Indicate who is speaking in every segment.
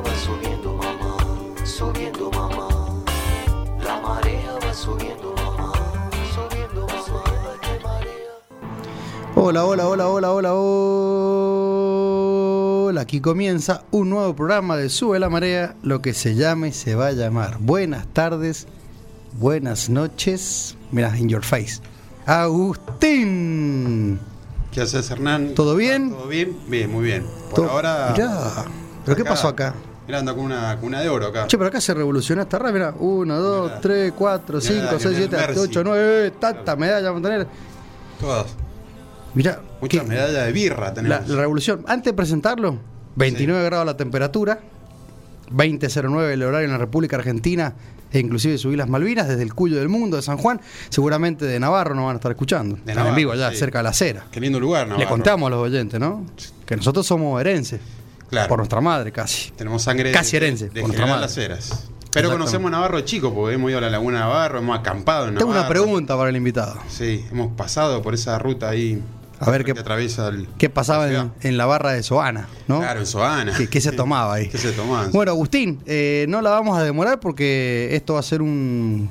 Speaker 1: va subiendo, mamá, subiendo, mamá. La marea va subiendo, mamá, subiendo, mamá. Qué marea.
Speaker 2: Hola, hola, hola, hola, hola, hola. Aquí comienza un nuevo programa de Sube la Marea, lo que se llame se va a llamar. Buenas tardes, buenas noches. Mira, in your face. Agustín.
Speaker 3: ¿Qué haces, Hernán? Ah,
Speaker 2: ¿Todo bien?
Speaker 3: ¿Todo bien? Bien, muy bien. Por
Speaker 2: To-
Speaker 3: ahora.
Speaker 2: Mirá. ¿Pero qué pasó acá?
Speaker 3: Mirá, ando con una cuna de oro acá.
Speaker 2: Che, pero acá se revolucionó esta rama. Mira, 1, 2,
Speaker 3: Mirá.
Speaker 2: 3, 4,
Speaker 3: Mirá,
Speaker 2: 5, 6,
Speaker 3: Lionel
Speaker 2: 7, 8,
Speaker 3: Messi.
Speaker 2: 8, 9. Tanta medalla vamos a tener.
Speaker 3: Todas.
Speaker 2: Mirá,
Speaker 3: Muchas
Speaker 2: qué-
Speaker 3: medallas de birra
Speaker 2: La,
Speaker 3: tenemos.
Speaker 2: la revolución, antes de presentarlo, 29 grados la temperatura, 20.09 el horario en la República Argentina, e inclusive subí las Malvinas desde el cuyo del mundo de San Juan. Seguramente de Navarro nos van a estar escuchando. Están en
Speaker 3: Navarro,
Speaker 2: vivo allá,
Speaker 3: sí.
Speaker 2: cerca de la acera.
Speaker 3: Qué lindo lugar, ¿no?
Speaker 2: Le contamos a los oyentes, ¿no? Que nosotros somos herenses.
Speaker 3: Claro.
Speaker 2: Por nuestra madre, casi.
Speaker 3: Tenemos sangre
Speaker 2: Casi
Speaker 3: de-
Speaker 2: herense,
Speaker 3: de,
Speaker 2: por nuestra madre.
Speaker 3: General las Heras. Pero
Speaker 2: Exactamente.
Speaker 3: conocemos a Navarro chico, porque hemos ido a la Laguna de Navarro, hemos acampado en
Speaker 2: Tengo una
Speaker 3: Navarro.
Speaker 2: pregunta para el invitado.
Speaker 3: Sí, hemos pasado por esa ruta ahí.
Speaker 2: A ver
Speaker 3: que
Speaker 2: qué,
Speaker 3: atraviesa el.
Speaker 2: qué pasaba
Speaker 3: la
Speaker 2: en,
Speaker 3: ciudad.
Speaker 2: en la barra de Soana, ¿no?
Speaker 3: Claro, en Soana.
Speaker 2: ¿Qué, qué se tomaba ahí?
Speaker 3: ¿Qué se tomaba?
Speaker 2: Bueno, Agustín, eh, no la vamos a demorar porque esto va a ser un-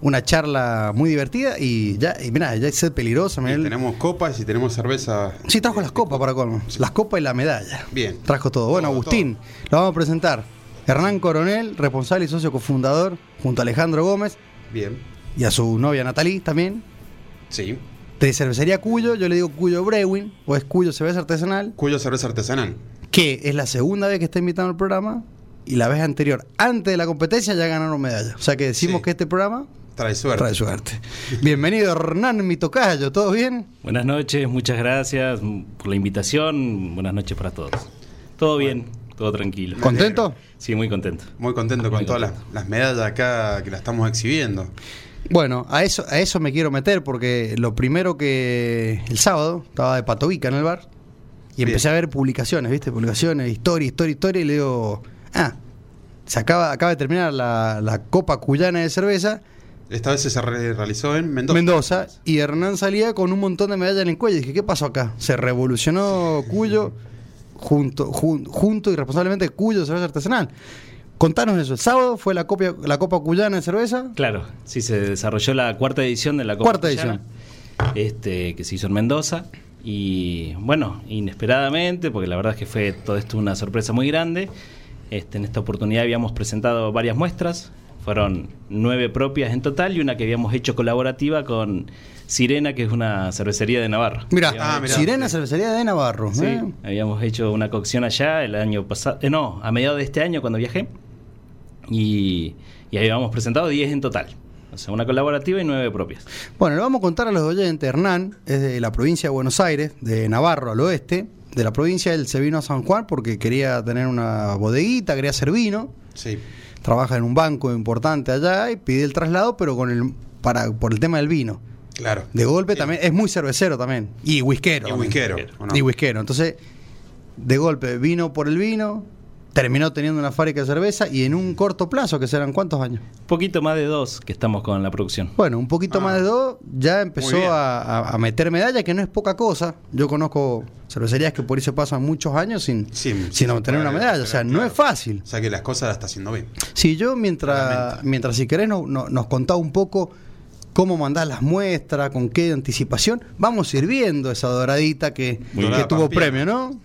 Speaker 2: una charla muy divertida y ya, y mirá, ya es ser peligrosa. mirá
Speaker 3: Y
Speaker 2: el-
Speaker 3: tenemos copas y tenemos cerveza.
Speaker 2: Sí, trajo las copas para colmo. Las copas y la medalla.
Speaker 3: Bien.
Speaker 2: Trajo todo. Bueno,
Speaker 3: Todo,
Speaker 2: Agustín, lo vamos a presentar. Hernán Coronel, responsable y socio cofundador, junto a Alejandro Gómez
Speaker 3: Bien.
Speaker 2: y a su novia Natalí también,
Speaker 3: Sí.
Speaker 2: de cervecería Cuyo, yo le digo Cuyo Brewing, o es Cuyo Cerveza Artesanal,
Speaker 3: Cuyo cerveza artesanal.
Speaker 2: que es la segunda vez que está invitado al programa y la vez anterior, antes de la competencia, ya ganaron medalla. O sea que decimos
Speaker 3: Sí.
Speaker 2: que este programa
Speaker 3: Trae suerte.
Speaker 2: trae suerte. Bienvenido Hernán, mi tocayo, ¿todo bien?
Speaker 4: Buenas noches, muchas gracias por la invitación. Buenas noches para todos. Todo bien, todo tranquilo.
Speaker 2: ¿Contento?
Speaker 4: Sí, muy contento.
Speaker 3: Muy contento con todas las, las medallas acá que las estamos exhibiendo.
Speaker 2: Bueno, a eso, a eso me quiero meter porque lo primero que el sábado estaba de Patovica en el bar y
Speaker 3: Bien.
Speaker 2: empecé a ver publicaciones, ¿viste? Publicaciones, historia, historia, historia y le digo, ah, se acaba, acaba de terminar la, la Copa Cuyana de Cerveza.
Speaker 3: Esta vez se re- realizó en Mendoza.
Speaker 2: Mendoza y Hernán salía con un montón de medallas en el cuello. Y dije, ¿qué pasó acá? Se revolucionó Cuyo junto, jun- junto y responsablemente Cuyo Cerveza Artesanal. Contanos eso. El sábado fue la, copia, la Copa Cuyana de Cerveza.
Speaker 4: Claro, sí, se desarrolló la cuarta edición de la Copa
Speaker 2: Cuarta
Speaker 4: Castellana, este, que se hizo en Mendoza. Y bueno, inesperadamente, porque la verdad es que fue todo esto una sorpresa muy grande. Este, en esta oportunidad habíamos presentado varias muestras, fueron nueve propias en total y una que habíamos hecho colaborativa con Sirena, que es una cervecería de Navarra.
Speaker 2: Mirá,
Speaker 3: Ah, mirá.
Speaker 2: Sirena Cervecería de Navarro.
Speaker 4: Sí,
Speaker 2: ¿eh?
Speaker 4: habíamos hecho una cocción allá el año pasado, eh, no, a mediados de este año cuando viajé. Y, y habíamos presentado 10 en total. O sea, una colaborativa y 9 propias.
Speaker 2: Bueno, le vamos a contar a los oyentes. Hernán es de la provincia de Buenos Aires, de Navarro al oeste. De la provincia él se vino a San Juan porque quería tener una bodeguita, quería hacer vino.
Speaker 3: Sí.
Speaker 2: trabaja en un banco importante allá y pide el traslado, pero con el para por el tema del vino.
Speaker 3: Claro.
Speaker 2: De golpe
Speaker 3: Sí.
Speaker 2: también es muy cervecero también y whiskero.
Speaker 3: Y
Speaker 2: también.
Speaker 3: whiskero. ¿o no?
Speaker 2: Y whiskero. Entonces, de golpe vino por el vino, terminó teniendo una fábrica de cerveza y en un corto plazo, que serán cuántos años.
Speaker 4: Poquito más de dos que estamos con la producción.
Speaker 2: Bueno, un poquito
Speaker 3: Ah.
Speaker 2: más de dos, ya empezó
Speaker 3: Muy bien.
Speaker 2: a, a- a meter medalla, que no es poca cosa. Yo conozco cervecerías que por ahí se pasan muchos años sin,
Speaker 3: Sin-
Speaker 2: sin,
Speaker 3: sin
Speaker 2: obtener una
Speaker 3: poder
Speaker 2: medalla. O sea,
Speaker 3: obtener,
Speaker 2: no
Speaker 3: claro.
Speaker 2: es fácil.
Speaker 3: O sea que las cosas las está haciendo bien.
Speaker 2: Si yo mientras,
Speaker 3: Claramente.
Speaker 2: mientras si querés no- no- nos contás un poco cómo mandás las muestras, con qué anticipación, vamos sirviendo esa doradita que,
Speaker 3: Muy
Speaker 2: que
Speaker 3: bien.
Speaker 2: tuvo
Speaker 3: Pampina.
Speaker 2: premio, ¿no?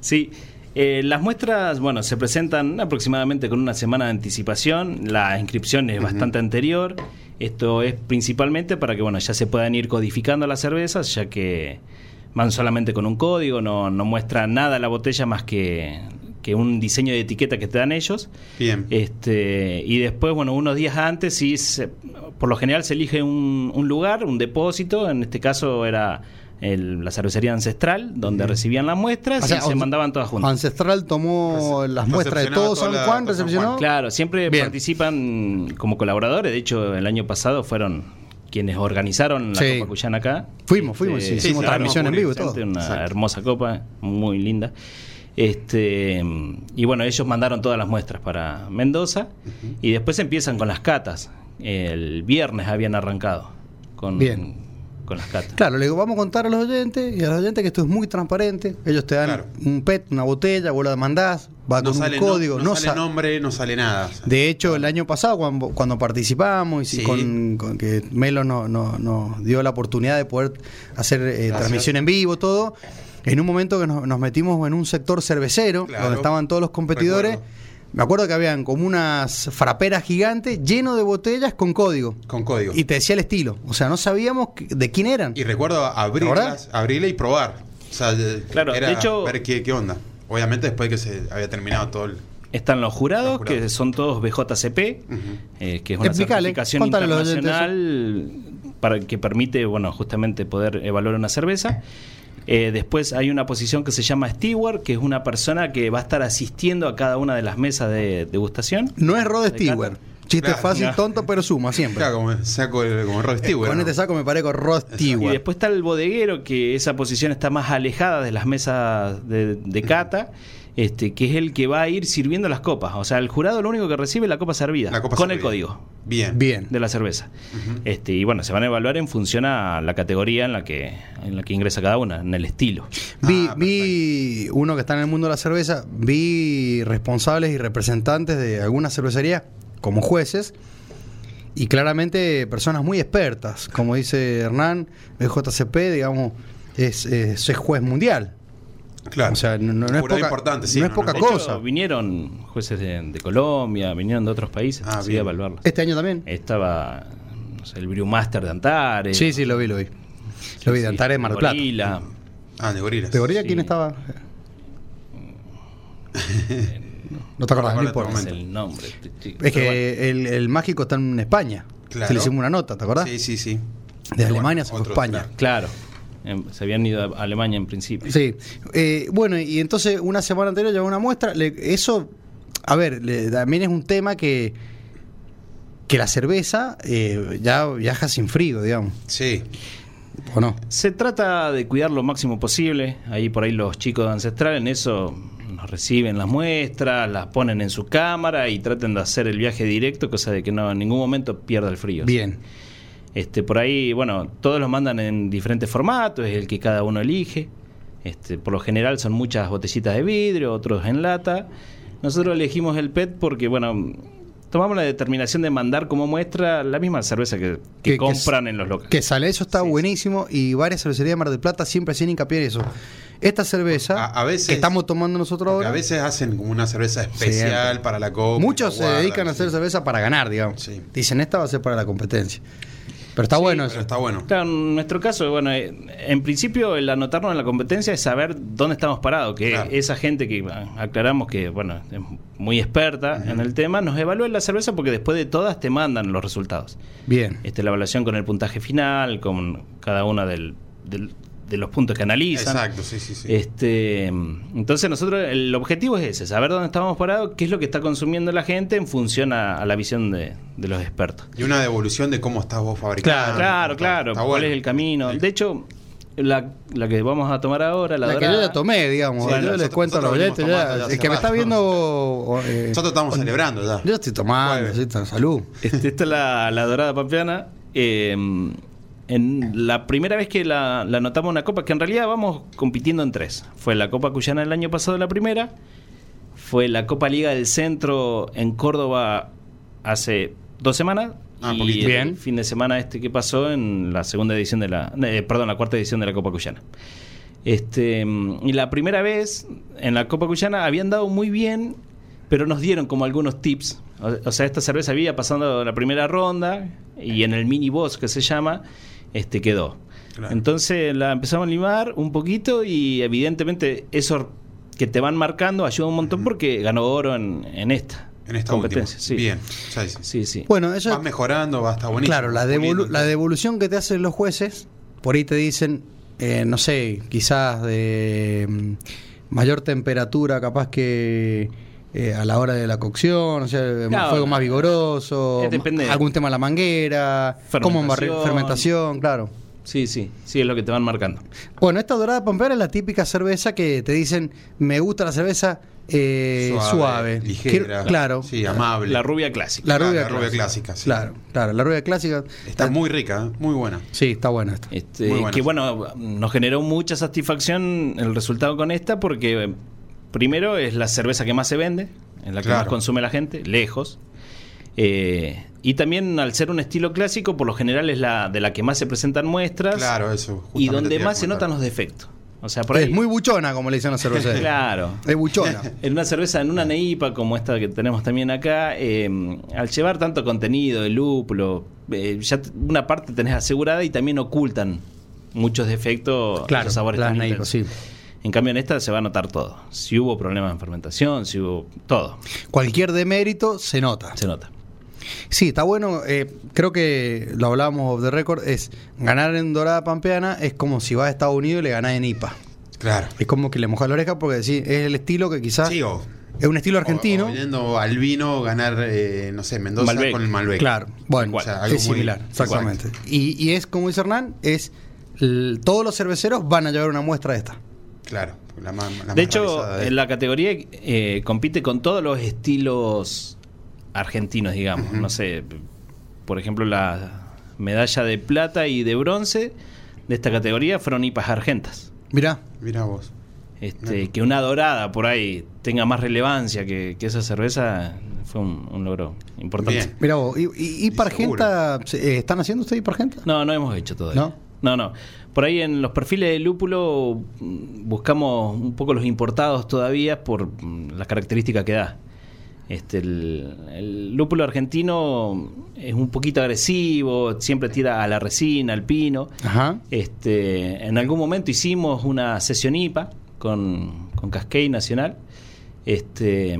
Speaker 4: Sí. eh, las muestras, bueno, se presentan aproximadamente con una semana de anticipación. La inscripción es bastante anterior. Esto es principalmente para que, bueno, ya se puedan ir codificando las cervezas, ya que van solamente con un código, no, no muestra nada la botella más que, que un diseño de etiqueta que te dan ellos.
Speaker 3: Bien.
Speaker 2: Eh,
Speaker 4: Este, y después, bueno, unos días antes, sí, se- por lo general se elige un, un lugar, un depósito, en este caso era el- la cervecería ancestral, donde recibían las muestras
Speaker 2: O sea,
Speaker 4: y se
Speaker 2: an-
Speaker 4: mandaban todas juntas.
Speaker 2: Ancestral tomó
Speaker 3: Rece-
Speaker 2: las muestras de
Speaker 3: recepcionaba
Speaker 2: todo
Speaker 3: toda
Speaker 2: San Juan,
Speaker 3: la- toda San Juan.
Speaker 2: recepcionó.
Speaker 4: Claro, siempre
Speaker 2: Bien.
Speaker 4: participan como colaboradores. De hecho, el año pasado fueron quienes organizaron la
Speaker 2: Sí.
Speaker 4: Copa Cuyana acá.
Speaker 2: Fuimos, fuimos, sí,
Speaker 3: hicimos transmisión en
Speaker 4: muy
Speaker 3: vivo
Speaker 2: y todo.
Speaker 4: interesante, Eh, Una
Speaker 3: Exacto.
Speaker 4: hermosa copa, muy linda. Este, y bueno, ellos mandaron todas las muestras para Mendoza y después empiezan con las catas. El viernes habían arrancado con,
Speaker 2: Bien.
Speaker 4: con las catas.
Speaker 2: Claro, le digo, vamos a contar a los oyentes y a los oyentes que esto es muy transparente. Ellos te dan
Speaker 3: Claro.
Speaker 2: un PET, una botella, vos la demandás, va
Speaker 3: No
Speaker 2: con
Speaker 3: sale,
Speaker 2: un
Speaker 3: no-
Speaker 2: código,
Speaker 3: no,
Speaker 2: no
Speaker 3: sale
Speaker 2: sa-
Speaker 3: nombre, no sale nada. O sea,
Speaker 2: De hecho, el año pasado, cuando, cuando participamos, y si
Speaker 3: Sí.
Speaker 2: con, con que Melo no- no- nos dio la oportunidad de poder hacer eh,
Speaker 3: Gracias.
Speaker 2: transmisión en vivo, todo, en un momento que nos, nos metimos en un sector cervecero,
Speaker 3: Claro.
Speaker 2: donde estaban todos los competidores,
Speaker 3: Recuerdo.
Speaker 2: me acuerdo que habían como unas fraperas gigantes lleno de botellas con código.
Speaker 3: con código.
Speaker 2: Y
Speaker 3: Y,
Speaker 2: te decía el estilo, o sea, no sabíamos que- de quién eran.
Speaker 3: recuerdo abrirlas, abrirla y probar. O sea, de-
Speaker 4: Claro,
Speaker 3: era
Speaker 4: de hecho-
Speaker 3: ver qué, qué onda. Obviamente después que se había terminado todo el...
Speaker 4: Están los jurados,
Speaker 3: Los jurados.
Speaker 4: que son todos BJCP,
Speaker 3: Ujú.
Speaker 4: eh, que es una
Speaker 2: Explicale,
Speaker 4: certificación
Speaker 2: contale a los oyentes
Speaker 4: internacional para que permite, bueno, justamente poder evaluar una cerveza. Eh, después hay una posición que se llama steward, que es una persona que va a estar asistiendo a cada una de las mesas de degustación.
Speaker 2: No es Rod
Speaker 4: De
Speaker 2: Stewart.
Speaker 4: Qatar.
Speaker 2: Chiste
Speaker 3: Claro.
Speaker 2: fácil,
Speaker 4: No.
Speaker 2: tonto, pero suma siempre.
Speaker 3: Claro, como saco el, como Rod Stewart.
Speaker 2: Con
Speaker 3: ¿no?
Speaker 2: este saco me parezco Rod
Speaker 4: Y
Speaker 2: Stewart.
Speaker 4: después está el bodeguero, que esa posición está más alejada de las mesas de, de cata, este, que es el que va a ir sirviendo las copas. O sea, el jurado lo único que recibe es la copa servida,
Speaker 3: La copa
Speaker 4: con el
Speaker 3: servida.
Speaker 4: código.
Speaker 3: Bien.
Speaker 2: Bien.
Speaker 4: de la cerveza. este, y bueno, se van a evaluar en función a la categoría en la que, en la que ingresa cada una, en el estilo.
Speaker 2: Vi,
Speaker 3: Ah,
Speaker 2: vi uno que está en el mundo de la cerveza, vi responsables y representantes de algunas cervecerías como jueces y claramente personas muy expertas, como dice Hernán, el JCP, digamos, es, es- es juez mundial.
Speaker 3: Claro.
Speaker 2: O sea, no, no- no es
Speaker 3: Jurado
Speaker 2: poca,
Speaker 3: importante, sí,
Speaker 2: no es
Speaker 3: no, no
Speaker 2: poca
Speaker 3: es
Speaker 4: De
Speaker 3: poca-
Speaker 2: cosa.
Speaker 4: hecho, vinieron jueces de, de Colombia, vinieron de otros países
Speaker 3: Ah,
Speaker 4: así,
Speaker 3: bien.
Speaker 4: a evaluarlas.
Speaker 2: Este año también.
Speaker 4: Eh, Estaba no sé, el Brewmaster de Antares.
Speaker 2: Sí, sí, lo vi, lo vi. Lo vi de Antares de Mar del Plata.
Speaker 4: Gorila.
Speaker 3: Ah, de gorilas.
Speaker 2: ¿Teoría
Speaker 4: Sí.
Speaker 2: quién estaba?
Speaker 4: Eh,
Speaker 2: no te acordás, no
Speaker 3: Ahora te
Speaker 2: importa.
Speaker 4: Es
Speaker 3: este momento.
Speaker 4: el nombre. t- t-
Speaker 2: Es
Speaker 4: pero bueno.
Speaker 2: que el, el mágico está en España.
Speaker 3: Claro.
Speaker 2: Que le hicimos una nota, ¿te acordás?
Speaker 3: Sí, sí, sí.
Speaker 2: De
Speaker 3: Pero
Speaker 2: Alemania
Speaker 3: bueno,
Speaker 2: se fue a
Speaker 3: otro,
Speaker 2: España.
Speaker 3: claro.
Speaker 4: Claro. em, Se habían ido a Alemania en principio.
Speaker 2: Sí. Eh, bueno, y entonces una semana anterior llevaba una muestra. le- eso, a ver, le- también es un tema que, que la cerveza eh, ya viaja sin frío, digamos.
Speaker 3: Sí.
Speaker 2: ¿O no?
Speaker 4: Se trata de cuidar lo máximo posible. Ahí por ahí los chicos de Ancestral en eso nos reciben las muestras, las ponen en su cámara y traten de hacer el viaje directo, cosa de que no en ningún momento pierda el frío.
Speaker 2: Bien.
Speaker 4: Este, por ahí, bueno, todos los mandan en diferentes formatos, es el que cada uno elige. Este, por lo general son muchas botellitas de vidrio, otros en lata. Nosotros elegimos el PET porque, bueno, tomamos la determinación de mandar como muestra la misma cerveza que, que
Speaker 2: Que- que
Speaker 4: compran
Speaker 2: s-
Speaker 4: en los locales.
Speaker 2: Que sale, eso está
Speaker 4: Sí, sí.
Speaker 2: buenísimo y varias cervecerías de Mar del Plata siempre hacían hincapié en eso. Esta cerveza
Speaker 3: A- a veces-
Speaker 2: que estamos tomando nosotros
Speaker 3: Porque
Speaker 2: ahora,
Speaker 3: a veces hacen como una cerveza especial
Speaker 2: Siempre.
Speaker 3: para la copa.
Speaker 2: muchos
Speaker 3: la
Speaker 2: se
Speaker 3: guardan,
Speaker 2: dedican a hacer
Speaker 3: sí.
Speaker 2: cerveza para ganar, digamos.
Speaker 3: Sí.
Speaker 2: Dicen, esta va a ser para la competencia. Pero está bueno eso.
Speaker 3: Pero está bueno.
Speaker 4: Claro, en nuestro caso, bueno, eh, en principio el anotarnos en la competencia es saber dónde estamos parados, que
Speaker 3: Claro.
Speaker 4: esa gente que ah, aclaramos que, bueno, es muy experta en el tema, nos evalúa en la cerveza porque después de todas te mandan los resultados.
Speaker 2: Bien.
Speaker 4: Este, la evaluación con el puntaje final, con cada una del- del- de los puntos que analizan.
Speaker 3: Exacto, sí, sí, sí.
Speaker 4: Este, entonces nosotros el objetivo es ese, saber dónde estamos parados, qué es lo que está consumiendo la gente en función a, a la visión de- de los expertos.
Speaker 3: Y una devolución de cómo estás vos fabricando.
Speaker 4: Claro, claro, claro.
Speaker 3: Está
Speaker 4: ¿Cuál
Speaker 3: bueno.
Speaker 4: es el camino? De hecho, la, la que vamos a tomar ahora, la,
Speaker 2: La que
Speaker 4: dorada,
Speaker 2: yo ya tomé, digamos.
Speaker 3: Sí,
Speaker 2: yo
Speaker 3: nosotros-
Speaker 2: les cuento a los
Speaker 3: nosotros venimos
Speaker 2: oyentes. ya,
Speaker 3: tomando ya
Speaker 2: el
Speaker 3: hace
Speaker 2: que me está
Speaker 3: rato.
Speaker 2: viendo. o, eh,
Speaker 3: Nosotros estamos celebrando ya.
Speaker 2: yo estoy tomando,
Speaker 3: Jueves.
Speaker 2: sí, está- salud.
Speaker 4: este, esta es la, la dorada pampeana. eh, en la primera vez que la, la anotamos una copa, que en realidad vamos compitiendo en tres. Fue la Copa Cuyana el año pasado la primera, fue la Copa Liga del Centro en Córdoba hace dos semanas.
Speaker 3: Ah,
Speaker 4: y
Speaker 3: poquito.
Speaker 4: el
Speaker 2: Bien.
Speaker 4: fin de semana este que pasó en la segunda edición de la eh, perdón, la cuarta edición de la Copa Cuyana. Este, mm, y la primera vez en la Copa Cuyana habían dado muy bien, pero nos dieron como algunos tips. O, o sea, esta cerveza había pasando la primera ronda y en el mini boss que se llama, este quedó.
Speaker 3: Claro.
Speaker 4: Entonces la empezamos a limar un poquito y evidentemente eso que te van marcando ayuda un montón porque ganó oro en, en esta.
Speaker 3: En esta
Speaker 4: competencia.
Speaker 3: última.
Speaker 4: Sí.
Speaker 3: Bien. O sea, sí.
Speaker 4: Sí, sí.
Speaker 2: Bueno, eso
Speaker 3: Vas mejorando, va a estar buenísimo.
Speaker 2: Claro, la, devolu-
Speaker 3: Puliendo.
Speaker 2: la devolución que te hacen los jueces, por ahí te dicen, eh, no sé, quizás de mm, mayor temperatura, capaz que eh, a la hora de la cocción, o sea, un
Speaker 4: Claro.
Speaker 2: fuego más vigoroso,
Speaker 4: Eh, depende.
Speaker 2: ma- algún tema de la manguera, cómo embarrir-
Speaker 4: Fermentación.
Speaker 2: fermentación, claro.
Speaker 4: Sí, sí, sí, es lo que te van marcando.
Speaker 2: Bueno, esta dorada pampera es la típica cerveza que te dicen, me gusta la cerveza eh, suave,
Speaker 3: Ligera.
Speaker 2: Quiero- claro.
Speaker 3: Sí, amable.
Speaker 4: La rubia clásica.
Speaker 2: La
Speaker 3: claro,
Speaker 2: rubia
Speaker 3: la rubia clásica, sí.
Speaker 2: Claro, claro, la rubia clásica.
Speaker 3: Está muy rica, ¿eh? muy buena.
Speaker 2: Sí, está buena esta.
Speaker 4: Este,
Speaker 3: Muy buena.
Speaker 4: que bueno, nos generó mucha satisfacción el resultado con esta porque eh, primero es la cerveza que más se vende, en la que
Speaker 3: Claro.
Speaker 4: más consume la gente, lejos. Eh, y también al ser un estilo clásico, por lo general es la de la que más se presentan muestras
Speaker 3: Claro, eso.
Speaker 4: y
Speaker 3: justamente te
Speaker 4: donde
Speaker 3: iba a
Speaker 4: más se
Speaker 3: comentar.
Speaker 4: notan los defectos. O sea, por ahí
Speaker 2: Es muy buchona, como le dicen los cerveceros.
Speaker 4: claro.
Speaker 2: Es buchona.
Speaker 4: En una cerveza, en una neipa como esta que tenemos también acá, eh, al llevar tanto contenido de lúpulo, eh, ya t- una parte tenés asegurada y también ocultan muchos defectos,
Speaker 2: Claro,
Speaker 4: los sabores
Speaker 2: las
Speaker 4: tan
Speaker 2: neipas,
Speaker 4: intensos. En cambio, en esta se va a notar todo. Si hubo problemas en fermentación, si hubo todo,
Speaker 2: Cualquier demérito se nota.
Speaker 4: se nota.
Speaker 2: Sí, está bueno. eh, creo que lo hablábamos de récord. Es ganar en Dorada Pampeana es como si vas a Estados Unidos y le ganás en IPA.
Speaker 3: Claro.
Speaker 2: Es como que le mojas la oreja porque decís, es el estilo que quizás.
Speaker 3: Sí, o-
Speaker 2: es un estilo argentino.
Speaker 3: o- o viniendo al vino, ganar, eh, no sé, Mendoza
Speaker 4: Malbec.
Speaker 3: con el Malbec.
Speaker 2: Claro, bueno,
Speaker 3: O sea, algo
Speaker 2: es
Speaker 3: muy-
Speaker 2: similar, exactamente.
Speaker 3: Exacto.
Speaker 2: Y, y es como dice Hernán, es l- todos los cerveceros van a llevar una muestra de esta.
Speaker 3: Claro. la más- la más
Speaker 4: de hecho,
Speaker 3: realizada de-
Speaker 4: en la categoría eh, compite con todos los estilos argentinos, digamos. No sé, por ejemplo, la medalla de plata y de bronce de esta categoría fueron hipas argentas.
Speaker 2: Mirá,
Speaker 3: Mirá vos.
Speaker 4: Este, Que una dorada por ahí tenga más relevancia que, que esa cerveza fue un, un logro importante.
Speaker 3: Bien.
Speaker 2: mirá vos. ¿Y, y, y Pargenta, eh, están haciendo ustedes Pargenta?
Speaker 4: No, no hemos hecho todavía.
Speaker 2: ¿No?
Speaker 4: No, no. Por ahí en los perfiles de lúpulo mm, buscamos un poco los importados todavía por mm, las características que da. Este, el, el lúpulo argentino es un poquito agresivo, siempre tira a la resina, al pino.
Speaker 2: Ajá.
Speaker 4: Este, en algún momento hicimos una sesión IPA con, con Cascade Nacional, este,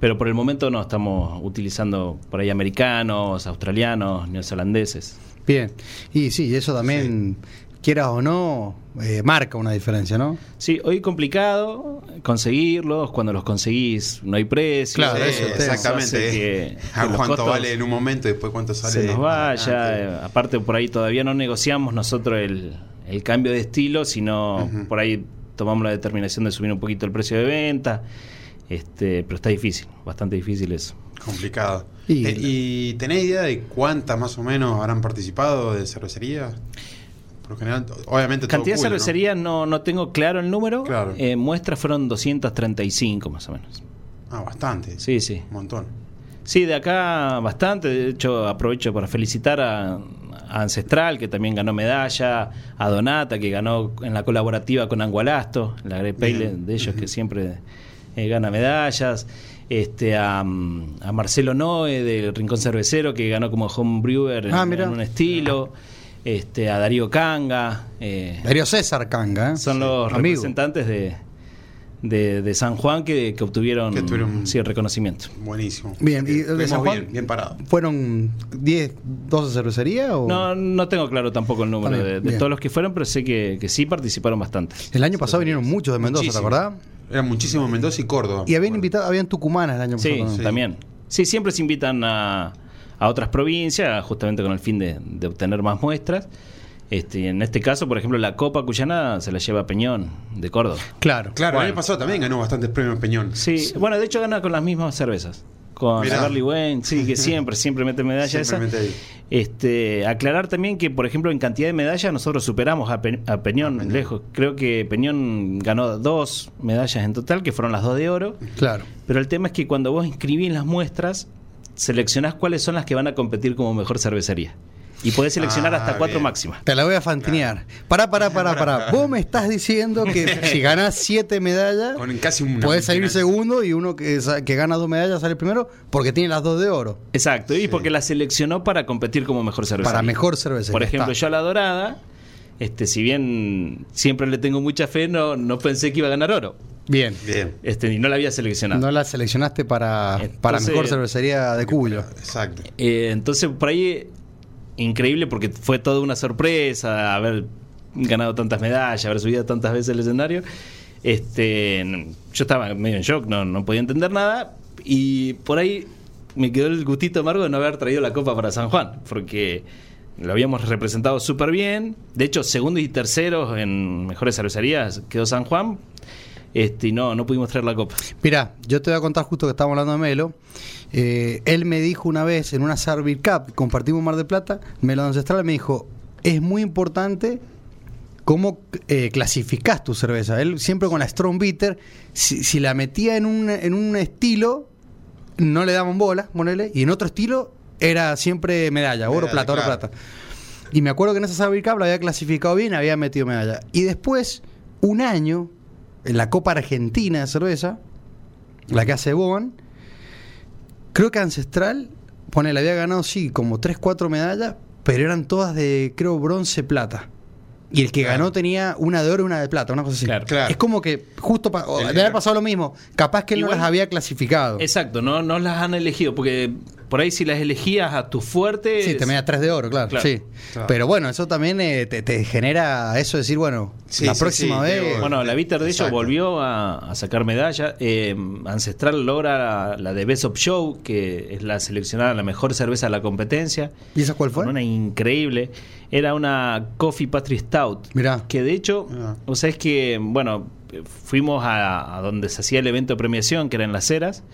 Speaker 4: pero por el momento no estamos utilizando por ahí americanos, australianos, neozelandeses.
Speaker 2: Bien. Y sí, eso también, quieras o no, eh, marca una diferencia, ¿no?
Speaker 4: Sí, hoy complicado conseguirlos, cuando los conseguís no hay precio.
Speaker 2: Claro,
Speaker 3: Sí,
Speaker 2: eso, ustedes.
Speaker 3: exactamente.
Speaker 4: hace que-
Speaker 3: a
Speaker 4: que los
Speaker 3: cuánto
Speaker 4: costos
Speaker 3: vale en un momento y después cuánto sale.
Speaker 4: se nos
Speaker 3: más
Speaker 4: vaya.
Speaker 3: adelante.
Speaker 4: eh, Aparte, por ahí todavía no negociamos nosotros el, el cambio de estilo, sino
Speaker 3: Ujú.
Speaker 4: por ahí tomamos la determinación de subir un poquito el precio de venta. Este, pero está difícil, bastante difícil eso.
Speaker 3: Complicado.
Speaker 2: Y-
Speaker 3: Y, ¿Y tenés idea de cuántas más o menos habrán participado de cervecerías? Por lo general, obviamente. todo
Speaker 4: Cantidad de
Speaker 3: público, ¿no?
Speaker 4: cervecerías no, no tengo claro el número.
Speaker 3: Claro.
Speaker 4: Eh, muestras fueron 235 más o menos.
Speaker 3: Ah, bastante.
Speaker 4: Sí, sí.
Speaker 3: Un montón.
Speaker 4: Sí, de acá bastante. De hecho, aprovecho para felicitar a, a Ancestral, que también ganó medalla, a Donata, que ganó en la colaborativa con Angualasto, la Grey Pale
Speaker 3: Bien.
Speaker 4: de ellos que siempre eh, gana medallas. Este, a, mm, a Marcelo Noe del Rincón Cervecero, que ganó como home brewer en,
Speaker 2: Ah, mirá.
Speaker 4: en un estilo. Este, a Darío Canga. eh,
Speaker 2: Darío César Canga, ¿eh?
Speaker 4: son los
Speaker 2: Amigo.
Speaker 4: representantes de, de- de San Juan que, que obtuvieron
Speaker 3: Que tuvieron-
Speaker 4: sí, el reconocimiento.
Speaker 3: Buenísimo.
Speaker 2: Bien, y
Speaker 3: Estuvimos
Speaker 2: de San Juan-
Speaker 3: bien, bien parado.
Speaker 2: ¿Fueron 10, 12 cervecerías? O?
Speaker 4: No, no tengo claro tampoco el número
Speaker 2: Está
Speaker 4: de,
Speaker 2: bien,
Speaker 4: de
Speaker 2: bien.
Speaker 4: todos los que fueron, pero sé que, que sí participaron bastante.
Speaker 2: El año pasado vinieron muchos de Mendoza,
Speaker 3: Muchísimo.
Speaker 2: ¿te acordás?
Speaker 3: Era muchísimo Mendoza y Córdoba.
Speaker 2: Y habían
Speaker 3: Bueno,
Speaker 2: invitado, habían tucumanas el año
Speaker 4: Sí,
Speaker 2: pasado. también.
Speaker 4: también. Sí, siempre se invitan a, a otras provincias, justamente con el fin de, de obtener más muestras. Este, y en este caso, por ejemplo, la Copa Cuyana se la lleva Peñón, de Córdoba.
Speaker 2: Claro.
Speaker 3: Claro, el
Speaker 4: Bueno.
Speaker 3: año pasado también ganó bastantes premios Peñón.
Speaker 4: Sí, bueno, de hecho gana con las mismas cervezas. Con la
Speaker 3: Mirá.
Speaker 4: Barley Wayne, sí, que siempre, siempre mete medalla
Speaker 3: Siempre
Speaker 4: esa.
Speaker 3: mete ahí.
Speaker 4: Este, aclarar también que, por ejemplo, en cantidad de medallas nosotros superamos a, Pe- a Peñón, lejos. Creo que Peñón ganó dos medallas en total, que fueron las dos de oro.
Speaker 2: Claro.
Speaker 4: Pero el tema es que cuando vos inscribís las muestras, seleccionás cuáles son las que van a competir como mejor cervecería. Y podés seleccionar
Speaker 3: Ah,
Speaker 4: hasta cuatro
Speaker 3: bien.
Speaker 4: máximas.
Speaker 2: Te la voy a fantinear. Pará, pará, pará, pará. Vos me estás diciendo que si ganás siete medallas,
Speaker 3: Con casi un.
Speaker 2: podés salir segundo y uno que, sa- que gana dos medallas sale primero porque tiene las dos de oro.
Speaker 4: Exacto, y porque la seleccionó para competir como mejor cervecería.
Speaker 2: Para mejor cervecería.
Speaker 4: Por ejemplo,
Speaker 2: Está.
Speaker 4: yo a la dorada, este, si bien siempre le tengo mucha fe, no, no pensé que iba a ganar oro.
Speaker 2: Bien.
Speaker 3: Bien.
Speaker 4: Este, y no la había seleccionado.
Speaker 2: No la seleccionaste para, para
Speaker 4: Entonces-
Speaker 2: mejor cervecería de Cuyo.
Speaker 3: Exacto.
Speaker 4: Eh, entonces, por ahí, increíble porque fue toda una sorpresa haber ganado tantas medallas, haber subido tantas veces el escenario. Este, n- yo estaba medio en shock, no, no podía entender nada. Y por ahí me quedó el gustito amargo de no haber traído la copa para San Juan, porque lo habíamos representado súper bien. De hecho, segundo y terceros en mejores cervecerías quedó San Juan. Este, y no, no pudimos traer la copa.
Speaker 2: Mirá, yo te voy a contar justo que estábamos hablando de Melo. Eh, él me dijo una vez en una Servir Cup, compartimos Mar de Plata, Melo Ancestral me dijo, es muy importante cómo eh, clasificás tu cerveza. Él siempre con la Strong Bitter, si, si la metía en un, en un estilo, no le daban bola, ponele, y en otro estilo era siempre medalla, oro,
Speaker 3: Medalla,
Speaker 2: plata, oro,
Speaker 3: claro.
Speaker 2: plata. Y me acuerdo que en esa Saber Cup la había clasificado bien, había metido medalla. Y después, un año, en la Copa Argentina de cerveza, la que hace Boban, creo que Ancestral, pone, la había ganado, sí, como 3, 4 medallas, pero eran todas de, creo, bronce, plata. Y el que
Speaker 3: Claro.
Speaker 2: ganó tenía una de oro y una de plata, una cosa así.
Speaker 4: Claro.
Speaker 3: Claro.
Speaker 2: Es como que justo pa- o
Speaker 3: El-
Speaker 2: debe haber pasado lo mismo. Capaz que él
Speaker 4: Igual-
Speaker 2: no las había clasificado.
Speaker 4: Exacto, no, no las han elegido, porque por ahí si las elegías a tu fuerte.
Speaker 2: Sí, te medía 3 de oro, claro.
Speaker 4: Claro.
Speaker 2: Sí.
Speaker 3: Claro.
Speaker 2: Pero bueno, eso también eh, te, te genera eso de decir, bueno,
Speaker 3: Sí,
Speaker 2: la
Speaker 3: sí,
Speaker 2: próxima
Speaker 3: sí,
Speaker 2: vez.
Speaker 3: debo-
Speaker 4: Bueno, la Bitter de ellos
Speaker 3: Exacto.
Speaker 4: volvió a, a sacar medalla. Eh, Ancestral logra la, la de Best of Show, que es la seleccionada la mejor cerveza de la competencia.
Speaker 2: ¿Y esa cuál fue?
Speaker 4: Con una increíble. Era una Coffee Pastry Stout.
Speaker 2: Mirá.
Speaker 4: Que de hecho,
Speaker 3: Ah.
Speaker 4: o sea, es que, bueno, fuimos a, a donde se hacía el evento de premiación, que era en Las Heras.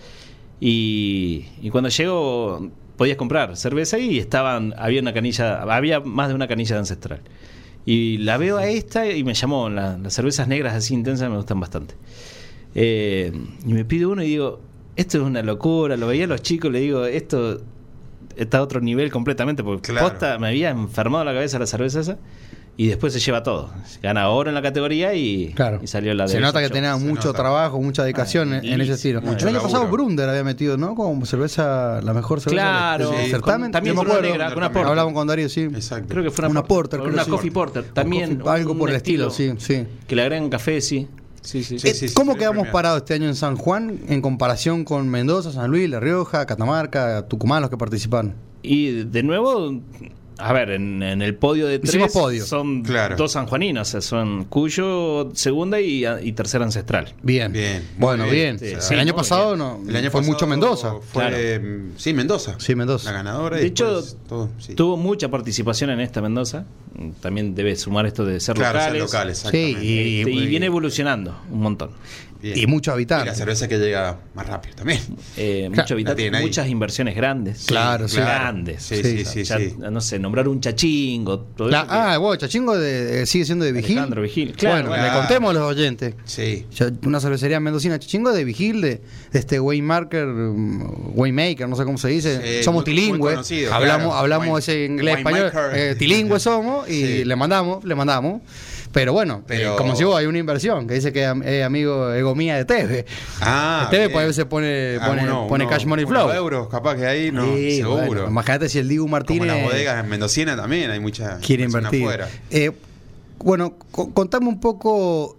Speaker 4: Y, y cuando llego, podías comprar cerveza y estaban, había una canilla, había más de una canilla de ancestral. Y la veo a esta y me llamó, la- las cervezas negras así intensas me gustan bastante. Eh, y me pido uno y digo, esto es una locura, lo veía a los chicos, le digo, esto está a otro nivel completamente, porque
Speaker 3: Claro.
Speaker 4: posta me había enfermado la cabeza la cerveza esa. Y después se lleva todo. Gana oro en la categoría y,
Speaker 2: Claro.
Speaker 4: y salió la Ah, de
Speaker 2: Se nota que
Speaker 4: Show.
Speaker 2: tenía
Speaker 3: Se
Speaker 2: mucho
Speaker 3: nota.
Speaker 2: trabajo, mucha dedicación en- en ese estilo.
Speaker 3: mucho
Speaker 2: el año pasado
Speaker 3: laburo.
Speaker 2: Brunder había metido, ¿no? Como cerveza, la mejor cerveza
Speaker 4: Claro,
Speaker 2: del- del
Speaker 3: Sí.
Speaker 2: certamen.
Speaker 4: con- también
Speaker 2: Yo me
Speaker 4: con una
Speaker 2: acuerdo.
Speaker 4: negra, con una
Speaker 3: También.
Speaker 4: porter.
Speaker 2: Hablamos con Darío, sí.
Speaker 3: Exacto.
Speaker 4: Creo que fue una,
Speaker 2: Una porter,
Speaker 4: o
Speaker 2: creo
Speaker 4: una
Speaker 2: que sí.
Speaker 4: coffee porter.
Speaker 2: O
Speaker 4: También
Speaker 2: coffee- algo
Speaker 4: un
Speaker 2: por el estilo, sí, sí.
Speaker 4: Que le agregan café, sí. Sí, sí.
Speaker 3: Sí,
Speaker 2: Eh,
Speaker 3: sí, sí,
Speaker 2: ¿Cómo
Speaker 3: sí,
Speaker 2: quedamos
Speaker 3: premiado.
Speaker 2: parados este año en San Juan en comparación con Mendoza, San Luis, La Rioja, Catamarca, Tucumán, los que participaron?
Speaker 4: Y de nuevo, a ver, en, en el podio de
Speaker 2: Hicimos
Speaker 4: tres
Speaker 2: podio.
Speaker 4: son
Speaker 3: Claro.
Speaker 4: dos sanjuaninos, o sea, son Cuyo, segunda y, y tercera ancestral.
Speaker 2: Bien.
Speaker 3: Bien, muy
Speaker 2: Bueno, bien.
Speaker 3: bien.
Speaker 4: Sí,
Speaker 2: el
Speaker 4: sí,
Speaker 2: año
Speaker 4: muy
Speaker 2: pasado
Speaker 4: bien.
Speaker 2: no.
Speaker 3: El año
Speaker 2: fue
Speaker 3: pasado
Speaker 2: mucho Mendoza.
Speaker 3: Fue,
Speaker 4: Claro.
Speaker 3: eh, Sí, Mendoza.
Speaker 2: Sí, Mendoza.
Speaker 3: La ganadora.
Speaker 4: De
Speaker 3: y
Speaker 4: hecho,
Speaker 3: después todo, sí.
Speaker 4: Tuvo mucha participación en esta Mendoza. También debe sumar esto de ser
Speaker 3: claro,
Speaker 4: locales.
Speaker 3: locales. locales
Speaker 2: Sí,
Speaker 3: exactamente.
Speaker 4: Este,
Speaker 2: y,
Speaker 4: Y, viene evolucionando un montón.
Speaker 3: Bien.
Speaker 2: y muchos
Speaker 3: Y la
Speaker 2: habitantes.
Speaker 3: cerveza que llega más rápido también.
Speaker 2: Claro,
Speaker 4: Eh, mucho
Speaker 3: la
Speaker 4: habitantes,
Speaker 3: tienen ahí.
Speaker 4: muchas inversiones grandes.
Speaker 2: Claro, sí.
Speaker 4: Grandes.
Speaker 3: Sí,
Speaker 2: Sí,
Speaker 3: sí, sí.
Speaker 4: Ya,
Speaker 3: sí.
Speaker 4: No sé, nombrar un chachingo. Todo
Speaker 2: La-
Speaker 4: eso que-
Speaker 2: ah, bueno, Chachingo de- eh, sigue siendo de Vigil.
Speaker 4: Alejandro Vigil,
Speaker 2: bueno,
Speaker 4: claro,
Speaker 3: claro.
Speaker 2: le contemos a los oyentes.
Speaker 3: Sí.
Speaker 2: Ya- Una cervecería mendocina Chachingo de Vigil, de, de este Waymarker, um, Waymaker, no sé cómo se dice.
Speaker 3: Sí,
Speaker 2: somos
Speaker 3: muy-
Speaker 2: tilingües.
Speaker 3: muy conocido,
Speaker 2: hablamos
Speaker 3: claro.
Speaker 2: hablamos
Speaker 3: Wayne-
Speaker 2: ese inglés
Speaker 3: Waymaker.
Speaker 2: español. eh, tilingües somos y
Speaker 3: Sí.
Speaker 2: le mandamos, le mandamos. Pero bueno,
Speaker 3: Pero-
Speaker 2: eh, como si vos, hay una inversión que dice que am- es amigo ego mía de Teve.
Speaker 3: Ah.
Speaker 2: Teve
Speaker 3: bien.
Speaker 2: pues, a veces pone,
Speaker 3: Ah,
Speaker 2: pone,
Speaker 3: uno-
Speaker 2: pone
Speaker 3: uno-
Speaker 2: cash money
Speaker 3: unos
Speaker 2: flow.
Speaker 3: euros, capaz que ahí, no,
Speaker 2: Sí,
Speaker 3: seguro.
Speaker 2: bueno, imagínate si el Dibu
Speaker 3: Como
Speaker 2: Martínez.
Speaker 3: las bodegas en Mendocina también hay mucha
Speaker 2: quiere
Speaker 3: inversión
Speaker 2: invertir.
Speaker 3: afuera.
Speaker 2: Eh, bueno, co- contame un poco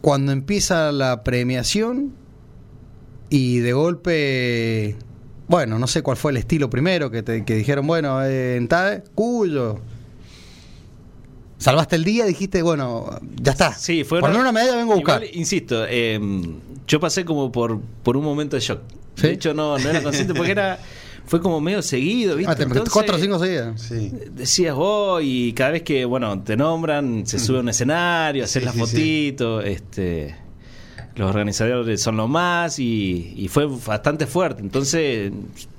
Speaker 2: cuando empieza la premiación y de golpe, bueno, no sé cuál fue el estilo primero que, te, que dijeron, bueno, eh, en tal, cuyo. Salvaste el día, dijiste, bueno, ya está.
Speaker 4: Sí, fue
Speaker 2: Por lo menos una medalla vengo a buscar.
Speaker 4: Igual, insisto, eh, yo pasé como por, por un momento de shock.
Speaker 2: ¿Sí?
Speaker 4: De hecho, no, no era consciente porque era fue como medio seguido, ¿viste?
Speaker 2: Ah, te-
Speaker 4: Entonces,
Speaker 2: cuatro o cinco seguidas.
Speaker 3: Sí.
Speaker 4: Decías vos y cada vez que, bueno, te nombran, se sube a un escenario, haces
Speaker 3: Sí,
Speaker 4: las
Speaker 3: sí, sí.
Speaker 4: fotitos, este... Los organizadores son lo más y, y fue bastante fuerte. Entonces,